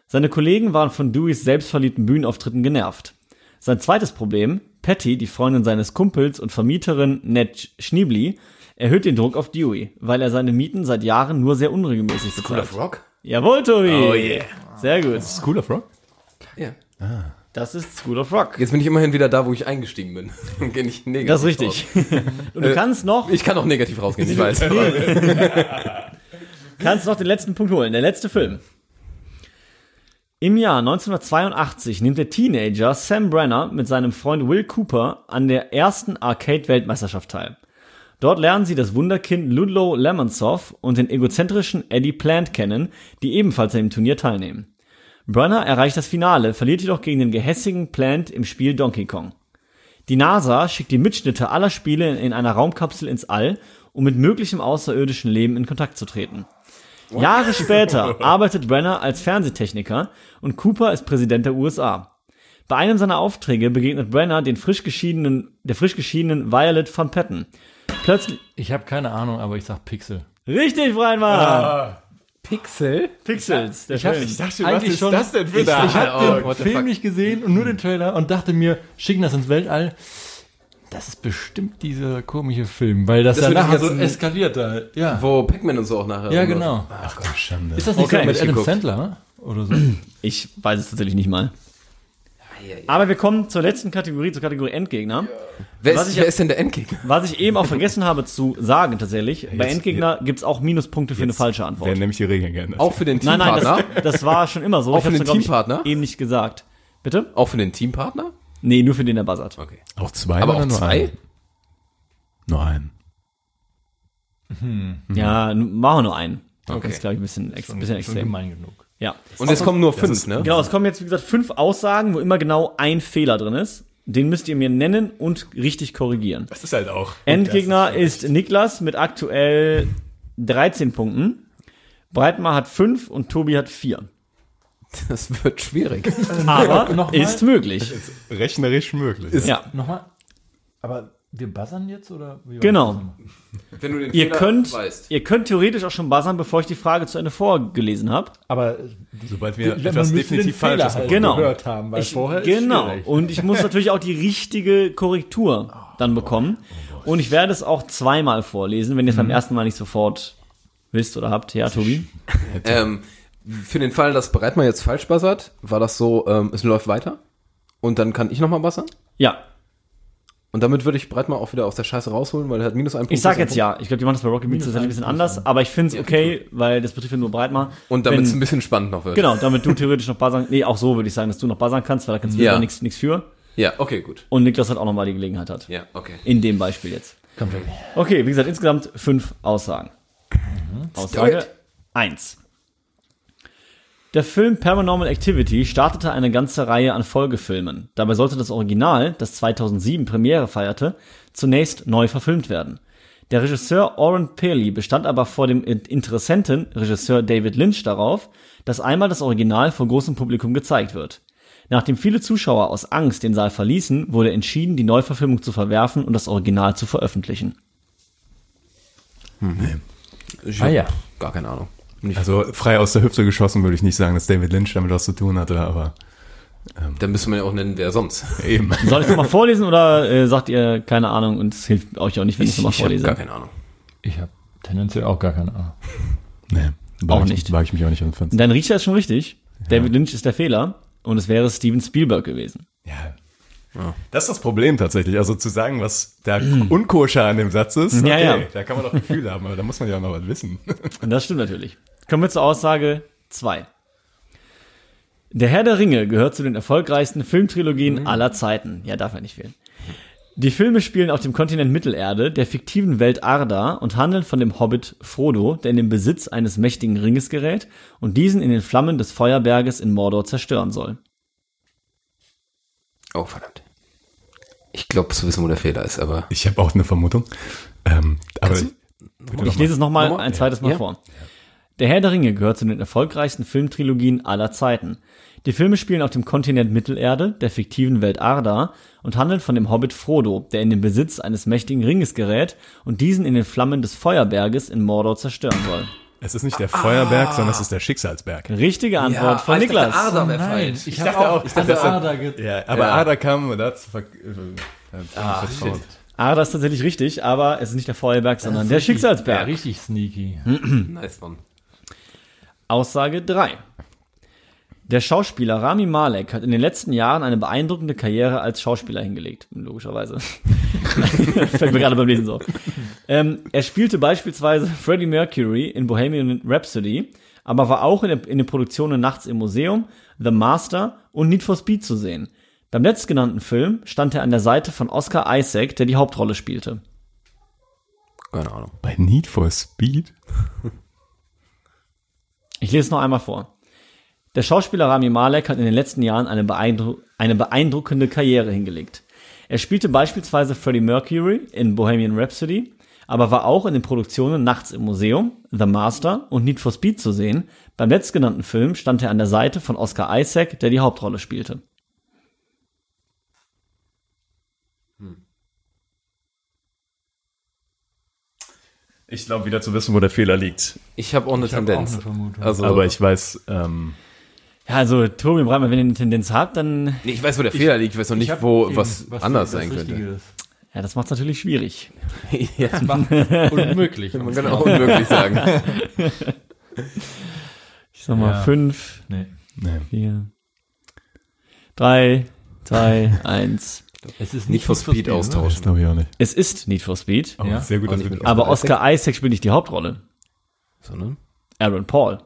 Seine Kollegen waren von Deweys selbstverliebten Bühnenauftritten genervt. Sein zweites Problem, Patty, die Freundin seines Kumpels und Vermieterin Ned Schniebli, erhöht den Druck auf Dewey, weil er seine Mieten seit Jahren nur sehr unregelmäßig bezahlt.
Rock?
Jawohl, Tobi! Oh yeah! Sehr gut.
School of Rock?
Ja.
Das ist School of Rock.
Jetzt bin ich immerhin wieder da, wo ich eingestiegen bin. Und gehe nicht negativ
Das ist richtig. Und du kannst noch
Raus. Ich kann auch negativ rausgehen, ich weiß. Aber
kannst noch den letzten Punkt holen, der letzte Film. Im Jahr 1982 nimmt der Teenager Sam Brenner mit seinem Freund Will Cooper an der ersten Arcade-Weltmeisterschaft teil. Dort lernen sie das Wunderkind Ludlow Lemonsoff und den egozentrischen Eddie Plant kennen, die ebenfalls an dem Turnier teilnehmen. Brenner erreicht das Finale, verliert jedoch gegen den gehässigen Plant im Spiel Donkey Kong. Die NASA schickt die Mitschnitte aller Spiele in einer Raumkapsel ins All, um mit möglichem außerirdischen Leben in Kontakt zu treten. Jahre später arbeitet Brenner als Fernsehtechniker und Cooper ist Präsident der USA. Bei einem seiner Aufträge begegnet Brenner den frisch geschiedenen, der frisch geschiedenen Violet von Patton. Plötzlich.
Ich habe keine Ahnung, aber ich sag Pixel.
Richtig, Breinmann!
Ah.
Pixel?
Pixels, der Film.
dachte,
Eigentlich schon-
für
Ich habe
oh,
den
what the
Film
fuck.
nicht gesehen und nur den Trailer und dachte mir, schicken das ins Weltall. Das ist bestimmt dieser komische Film, weil das,
Das
ja
wird
nachher
jetzt
so
ein-
eskaliert da. Ja,
Wo Pac-Man und so auch nachher.
ja
rumläuft.
genau.
Schande.
Ist das nicht
Okay,
so
hab
mit
ich
Adam
geguckt.
Sandler ne? oder so?
Ich weiß es tatsächlich nicht mal. Aber wir kommen zur letzten Kategorie, zur Kategorie Endgegner.
Wer
Was
ist,
ich
wer
ja-
ist denn der Endgegner?
Was ich eben auch vergessen habe zu sagen, tatsächlich, bei
jetzt-
Endgegner gibt's auch Minuspunkte für eine falsche
Werden
Antwort.
nämlich die Regeln geändert.
Auch für den
Nein, nein,
Teampartner?
das, das war schon immer so.
Auch
Ich
für
hab's
den
doch, glaub ich,
Teampartner?
Eben nicht gesagt. Bitte?
auch für den Teampartner?
Nee, nur für den, der buzzert.
Okay.
Auch zwei
Aber
oder
auch
nur
zwei?
einen? Nur einen.
Ja, nun machen wir nur einen. Okay.
Okay.
Das ist, glaube ich, ein bisschen, ex bisschen
Schon
extrem.
gemein genug.
Ja.
Und es kommen nur fünf, ne?
Genau, es kommen jetzt, wie gesagt, fünf Aussagen, wo immer genau ein Fehler drin ist. Den müsst ihr mir nennen und richtig korrigieren.
Das ist halt auch.
Endgegner ist Niklas mit aktuell 13 Punkten. Breitmar hat 5 und Tobi hat 4.
Das wird schwierig.
Aber
Nochmal?
ist möglich.
Rechnerisch möglich.
Ja.
Nochmal. Aber wir buzzern jetzt oder? wie war
Genau.
das nochmal?
Wenn du den
Ihr könnt,
weißt.
ihr könnt theoretisch auch schon buzzern, bevor ich die Frage zu Ende vorgelesen habe.
Aber
Sobald wir
man
etwas
müsste
definitiv
den Fehler
Falsches
halt
Genau.
gehört haben, weil
Ich-
vorher
genau.
ist schwierig.
und ich muss natürlich auch die richtige Korrektur dann bekommen.
Oh,
und ich werde es auch zweimal vorlesen, wenn ihr es
Mhm.
beim ersten Mal nicht sofort wisst oder habt. Ja, Tobi.
Ähm, für den Fall, dass Breitmann jetzt falsch buzzert, war das so, ähm, es läuft weiter. Und dann kann ich nochmal buzzern.
Ja.
Und damit würde ich Breitmann auch wieder aus der Scheiße rausholen, weil er hat minus einen Punkt.
Ich sag
minus einen
jetzt ja. Ich glaube, die machen das bei Rocket Beats tatsächlich ein bisschen anders, aber ich finde es okay, weil das betrifft ja nur Breitmar.
Punkt. Und damit
Wenn-
es ein bisschen spannend noch wird.
Genau, damit du theoretisch noch buzzern, nee, auch so würde ich sagen, dass du noch buzzern kannst, weil da kannst du
Ja.
ja nichts nichts für.
Ja, okay, gut.
Und Niklas hat auch nochmal die Gelegenheit hat.
Ja, okay.
In dem Beispiel jetzt. Okay, wie gesagt, insgesamt fünf Aussagen. Aussage
Start.
1. Der Film Paranormal Activity startete eine ganze Reihe an Folgefilmen. Dabei sollte das Original, das 2007 Premiere feierte, zunächst neu verfilmt werden. Der Regisseur Oren Peli bestand aber vor dem In- Interessenten, Regisseur David Lynch, darauf, dass einmal das Original vor großem Publikum gezeigt wird. Nachdem viele Zuschauer aus Angst den Saal verließen, wurde entschieden, die Neuverfilmung zu verwerfen und das Original zu veröffentlichen.
Ich
Ah, ja.
Gar keine Ahnung.
Also frei aus der Hüfte geschossen würde ich nicht sagen, dass David Lynch damit was zu tun hatte, aber
Dann müsste man ja auch nennen, wer sonst.
eben.
Soll ich nochmal vorlesen oder äh, sagt ihr keine Ahnung und es hilft euch auch nicht, wenn ich nochmal
hab
vorlese?
gar keine Ahnung.
Ich habe tendenziell auch gar keine Ahnung.
Nee,
Auch
wag ich,
nicht.
Wag ich mich auch nicht an Fenster.
Dein Riecher ist schon richtig. David Lynch ist der Fehler und es wäre Steven Spielberg gewesen.
Ja. Das ist das Problem tatsächlich. Also zu sagen, was da unkoscher an dem Satz ist,
Ja, ja.
da kann man doch Gefühl haben, aber da muss man ja auch noch was wissen.
Und das stimmt natürlich. Kommen wir zur Aussage 2. Der Herr der Ringe gehört zu den erfolgreichsten Filmtrilogien aller Zeiten. Ja, darf er nicht fehlen. Die Filme spielen auf dem Kontinent Mittelerde, der fiktiven Welt Arda und handeln von dem Hobbit Frodo, der in den Besitz eines mächtigen Ringes gerät und diesen in den Flammen des Feuerberges in Mordor zerstören soll.
Oh, verdammt. Ich glaube zu wissen, wo der Fehler ist, aber.
Ich habe auch eine Vermutung. Ähm, aber
Kannst du-
bitte
Ich lese es nochmal
Nochmal?
ein zweites Mal
Ja.
vor. Der Herr der Ringe gehört zu den erfolgreichsten Filmtrilogien aller Zeiten. Die Filme spielen auf dem Kontinent Mittelerde, der fiktiven Welt Arda, und handeln von dem Hobbit Frodo, der in den Besitz eines mächtigen Ringes gerät und diesen in den Flammen des Feuerberges in Mordor zerstören soll.
es ist nicht der Feuerberg, sondern es ist der Schicksalsberg.
Richtige Antwort von Niklas.
Arda wäre
Nein,
falsch.
ich, hab dachte auch, ich dachte
dass er-
Ader ge-
Ja, aber
Ja.
Ada kam und da hat's ver- äh, hat's vertraut.
Arda ist tatsächlich richtig, aber es ist nicht der Feuerberg, sondern der Schicksalsberg.
richtig sneaky.
Hm? Nice one.
Aussage 3. Der Schauspieler Rami Malek hat in den letzten Jahren eine beeindruckende Karriere als Schauspieler hingelegt, logischerweise. Fällt mir gerade beim Lesen so auf. Ähm, er spielte beispielsweise Freddie Mercury in Bohemian Rhapsody, aber war auch in, der, in den Produktionen Nachts im Museum, The Master und Need for Speed zu sehen. Beim letztgenannten Film stand er an der Seite von Oscar Isaac, der die Hauptrolle spielte.
Keine Ahnung.
Bei Need for Speed?
Ich lese es noch einmal vor. Der Schauspieler Rami Malek hat in den letzten Jahren eine, beeindru eine beeindruckende Karriere hingelegt. Er spielte beispielsweise Freddie Mercury in Bohemian Rhapsody, aber war auch in den Produktionen Nachts im Museum, The Master und Need for Speed zu sehen. Beim letztgenannten Film stand er an der Seite von Oscar Isaac, der die Hauptrolle spielte.
Ich glaube, wieder zu wissen, wo der Fehler liegt.
Ich habe auch eine
hab
Tendenz.
auch eine Vermutung.
also,
Aber ich weiß, ähm,
Ja, also Tobi und Breitmann, wenn ihr eine Tendenz habt, dann,
Nee, ich weiß, wo der Fehler liegt. Ich weiß noch nicht, wo
Eben,
was,
für
anders
das
sein könnte.
Richtige ist.
ja, das macht es natürlich schwierig.
ja,
Unmöglich.
man kann auch unmöglich sagen.
Ich sag mal,
Ja.
fünf,
Nee.
nee.
vier, drei, zwei, eins.
Es ist
Nicht for Speed
ne?
das
austauschen.
glaube ich auch nicht. Also
Es ist Need for Speed,
Aber
Ja?
Oh, sehr gut,
Auch
dass Ah,
nicht
wir
mit
aber
Oscar Isaac.
Oscar Isaac spielt nicht die Hauptrolle.
Sondern?
Aaron Paul.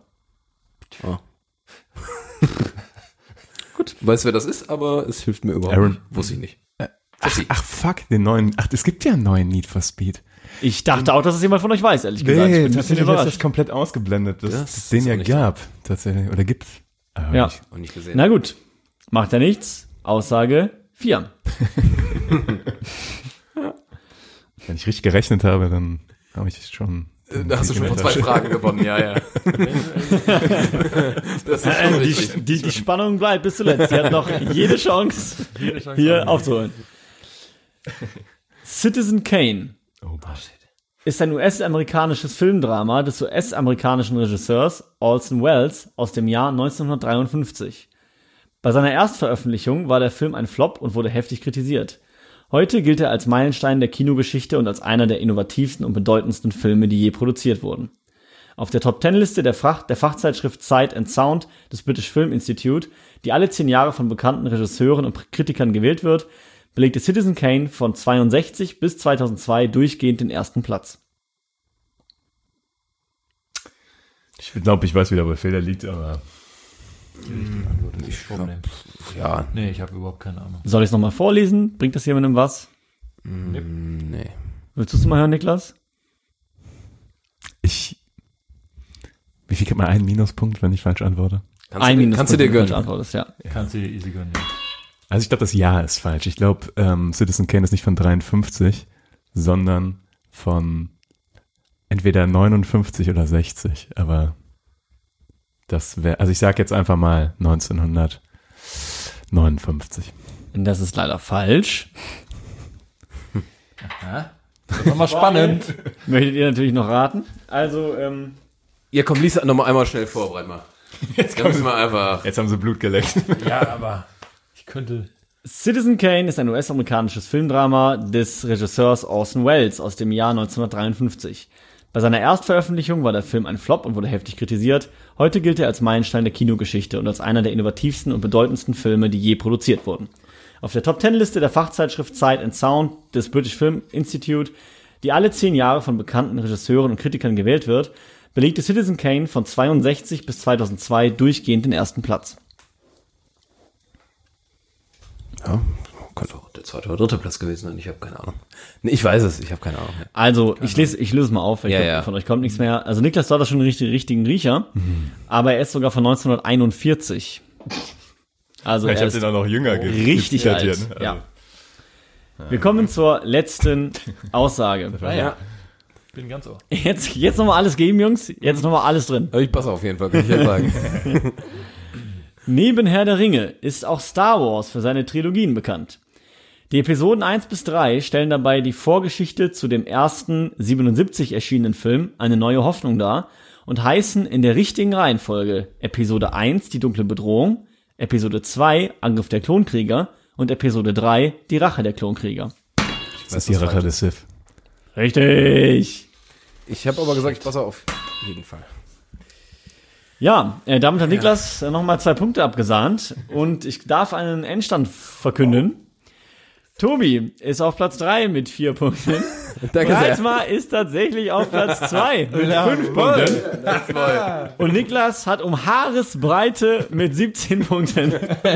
Weiß, wer das ist, aber es hilft mir überhaupt
Aaron.
nicht. Wusste ich nicht.
Ach, ach, fuck, den neuen. Ach, es gibt ja einen neuen Need for Speed.
Ich dachte auch, dass es jemand von euch weiß, ehrlich gesagt. ich bin ein bisschen
tatsächlich hast du das
überrascht.
komplett ausgeblendet, dass
Das
es den
ist
ja
auch nicht
gab. Tatsächlich. Oder gibt.
Ja.
Und nicht gesehen.
Na gut, macht ja nichts. Aussage vier.
Wenn ich richtig gerechnet habe, dann habe ich schon.
da hast du schon vor zwei Fragen gewonnen. Ja, ja. das ist schon richtig.
Äh, Die, die, die Spannung bleibt bis zuletzt. Sie hat noch jede Chance, hier aufzuholen. Citizen Kane
Oh, boah.
ist ein US-amerikanisches Filmdrama des US-amerikanischen Regisseurs Orson Welles aus dem Jahr 1953. Bei seiner Erstveröffentlichung war der Film ein Flop und wurde heftig kritisiert. Heute gilt er als Meilenstein der Kinogeschichte und als einer der innovativsten und bedeutendsten Filme, die je produziert wurden. Auf der Top 10 Liste der, Fach der Fachzeitschrift Sight and Sound des British Film Institute, die alle zehn Jahre von bekannten Regisseuren und Kritikern gewählt wird, belegte Citizen Kane von 62 bis 2002 durchgehend den ersten Platz.
Ich glaube, ich weiß wieder, wo der Fehler liegt, aber.
Problem.
Ja,
Nee, ich habe überhaupt keine Ahnung.
Soll ich es nochmal vorlesen? Bringt das jemandem was?
nee.
Willst du es mal hören, Niklas?
Ich. Wie viel kriegt man einen Minuspunkt, wenn ich falsch antworte?
Kannst, du, dir- kannst du dir
Minuspunkt, wenn
gönnen.
du falsch antwortest, Ja.
Kannst du dir easy gönnen.
Also ich glaube, das Jahr ist falsch. Ich glaube, ähm, Citizen Kane ist nicht von 53, sondern von entweder 59 oder 60. Aber das wäre, also ich sage jetzt einfach mal 1959.
Und Das ist leider falsch.
Das war mal spannend.
Möchtet ihr natürlich noch raten? Also, ähm,
Ja, komm, lies nochmal einmal schnell vor, Breitmar. Jetzt müssen wir einfach.
Jetzt haben sie Blut geleckt.
ja, aber ich könnte.
Citizen Kane ist ein US-amerikanisches Filmdrama des Regisseurs Orson Welles aus dem Jahr 1953. Bei seiner Erstveröffentlichung war der Film ein Flop und wurde heftig kritisiert. Heute gilt er als Meilenstein der Kinogeschichte und als einer der innovativsten und bedeutendsten Filme, die je produziert wurden. Auf der Top 10 Liste der Fachzeitschrift Sight and Sound des British Film Institute, die alle zehn Jahre von bekannten Regisseuren und Kritikern gewählt wird, belegte Citizen Kane von 62 bis 2002 durchgehend den ersten Platz.
Ja, könnte auch der zweite oder dritte Platz gewesen sein. Ich habe keine Ahnung. Nee, ich weiß es. Ich habe keine Ahnung.
Also, ich lese, ich löse mal auf, weil ich
Ja,
glaub,
ja.
von euch kommt nichts mehr. Also, Niklas dort hat schon einen richtig, richtigen Riecher, aber er ist sogar von 1941. Also,
Ich
er
habe
ist
den auch noch jünger ge-
richtig alt.
gezitiert, ne?
ja. Wir kommen zur letzten Aussage.
Ja.
Bin ganz ohr.
Jetzt, jetzt nochmal alles geben, Jungs. Jetzt nochmal alles drin.
Aber ich passe auf jeden Fall, kann ich ja sagen.
Neben Herr der Ringe ist auch Star Wars für seine Trilogien bekannt. Die Episoden 1 bis 3 stellen dabei die Vorgeschichte zu dem ersten 77 erschienenen Film Eine neue Hoffnung dar und heißen in der richtigen Reihenfolge Episode 1 Die dunkle Bedrohung, Episode 2 Angriff der Klonkrieger und Episode 3 Die Rache der Klonkrieger.
Das ist die Rache des Sith.
Richtig.
Ich habe aber gesagt, ich passe auf jeden Fall.
Ja, äh, damit hat Niklas äh, nochmal zwei Punkte abgesahnt und ich darf einen Endstand verkünden. Tobi ist auf Platz 3 mit vier Punkten.
Danke sehr.
Reitmar ist tatsächlich auf Platz 2 mit fünf Punkten. Und Niklas hat um Haaresbreite mit 17 Punkten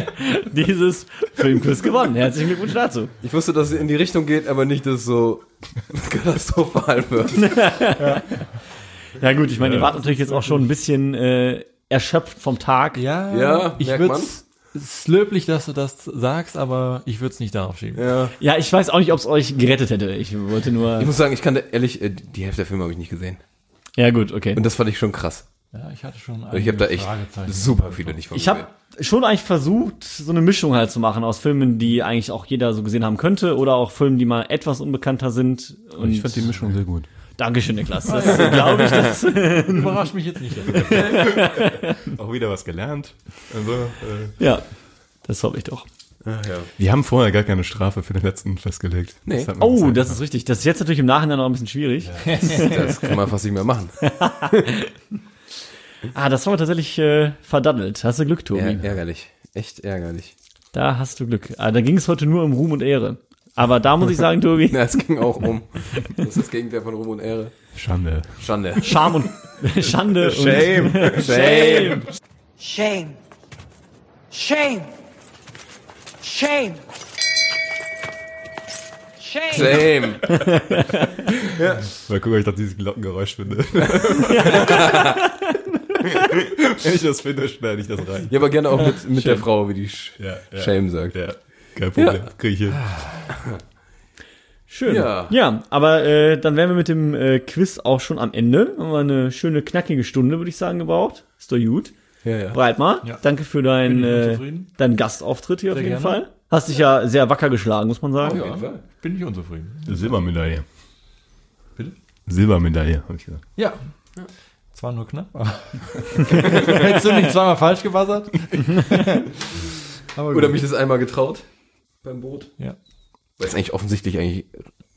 dieses Filmquiz gewonnen. Herzlichen Glückwunsch dazu.
Ich wusste, dass es in die Richtung geht, aber nicht, dass es so katastrophal wird.
Ja gut, ich meine, ihr wart natürlich jetzt auch schon ein bisschen äh, erschöpft vom Tag.
Ja,
Ja,
ich
merkt
würde es löblich, dass du das sagst, aber ich würde es nicht darauf schieben.
Ja.
Ja, ich weiß auch nicht, ob es euch gerettet hätte. Ich wollte nur...
Ich muss sagen, ich kannte ehrlich, äh, die Hälfte der Filme habe ich nicht gesehen.
Ja gut, okay.
Und das fand ich schon krass.
Ja, ich hatte schon
Ich habe da echt
Fragezeichen.
super viele nicht von
Ich habe
gesehen.
schon eigentlich versucht, so eine Mischung halt zu machen aus Filmen, die eigentlich auch jeder so gesehen haben könnte oder auch Filmen, die mal etwas unbekannter sind. Und
Ich fand die Mischung sehr gut.
Dankeschön, Niklas. Das glaube ich, das
Überrascht mich jetzt nicht.
Auch wieder was gelernt. Also, äh,
Ja, das hoffe ich doch.
wir haben vorher gar keine Strafe für den letzten festgelegt.
Nee.
hat man
Oh,
gezeigt.
das ist richtig. Das ist jetzt natürlich im Nachhinein noch ein bisschen schwierig.
Das kann man fast nicht mehr machen.
Ah, das war tatsächlich äh, verdaddelt. Hast du Glück, Tobi.
Ja, ärgerlich. Echt ärgerlich.
Da hast du Glück. Ah, da ging es heute nur um Ruhm und Ehre. Aber da muss ich sagen, Tobi,
Ja, es ging auch um. Das ist das Gegenteil von Ruhm und Ehre.
Schande.
Schande.
Scham und Schande
Shame.
Shame. Shame. Shame. Shame.
Shame.
Mal gucken, ob ich noch dieses Glockengeräusch finde. Wenn ich das finde, schneide ich das rein.
Ja, aber gerne auch mit, mit der Frau, wie die Sch
Ja, ja.
Shame sagt.
Ja, kein Problem.
Ja.
Krieg ich hin.
Schön.
Ja.
ja, aber äh, dann wären wir mit dem äh, Quiz auch schon am Ende. Haben wir eine schöne, knackige Stunde, würde ich sagen, gebraucht. Ist doch gut.
Ja, ja.
Breitmar,
Ja.
danke für deinen
Bin ich
äh,
unzufrieden?
deinen Gastauftritt hier auf jeden
gerne.
Fall. Hast dich ja sehr wacker geschlagen, muss man sagen.
Ja, bin ich unzufrieden.
Silbermedaille.
Bitte?
Silbermedaille, habe ich gesagt.
Ja. Zwar nur knapp, aber. Hättest du nicht zweimal falsch gewassert? aber
Oder mich das einmal getraut beim Boot.
Ja.
Das ist eigentlich offensichtlich eigentlich.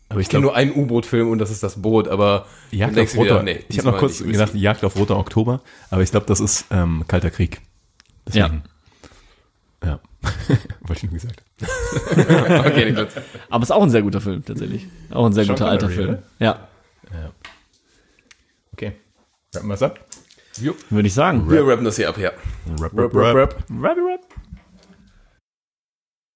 Aber
Ich kenne nur einen U-Boot-Film und das ist das Boot, aber
Jagd
dann denkst
auf
du dir,
roter.
nee,
ich habe noch
diesmal
kurz
nicht.
gedacht, Jagd auf roter Oktober, aber ich glaube, das ist ähm, Kalter Krieg. Deswegen. Ja. Wollte ich nur gesagt.
Okay, Niklas.
Aber ist auch ein sehr guter Film, tatsächlich. Auch ein sehr
Sean
guter alter
Connery,
Film.
oder?
Ja,
Okay. Rappen wir es ab?
würde ich sagen.
Wir rappen das hier ab, ja.
Rap,
Rap, rap, rap.
Rap, rap.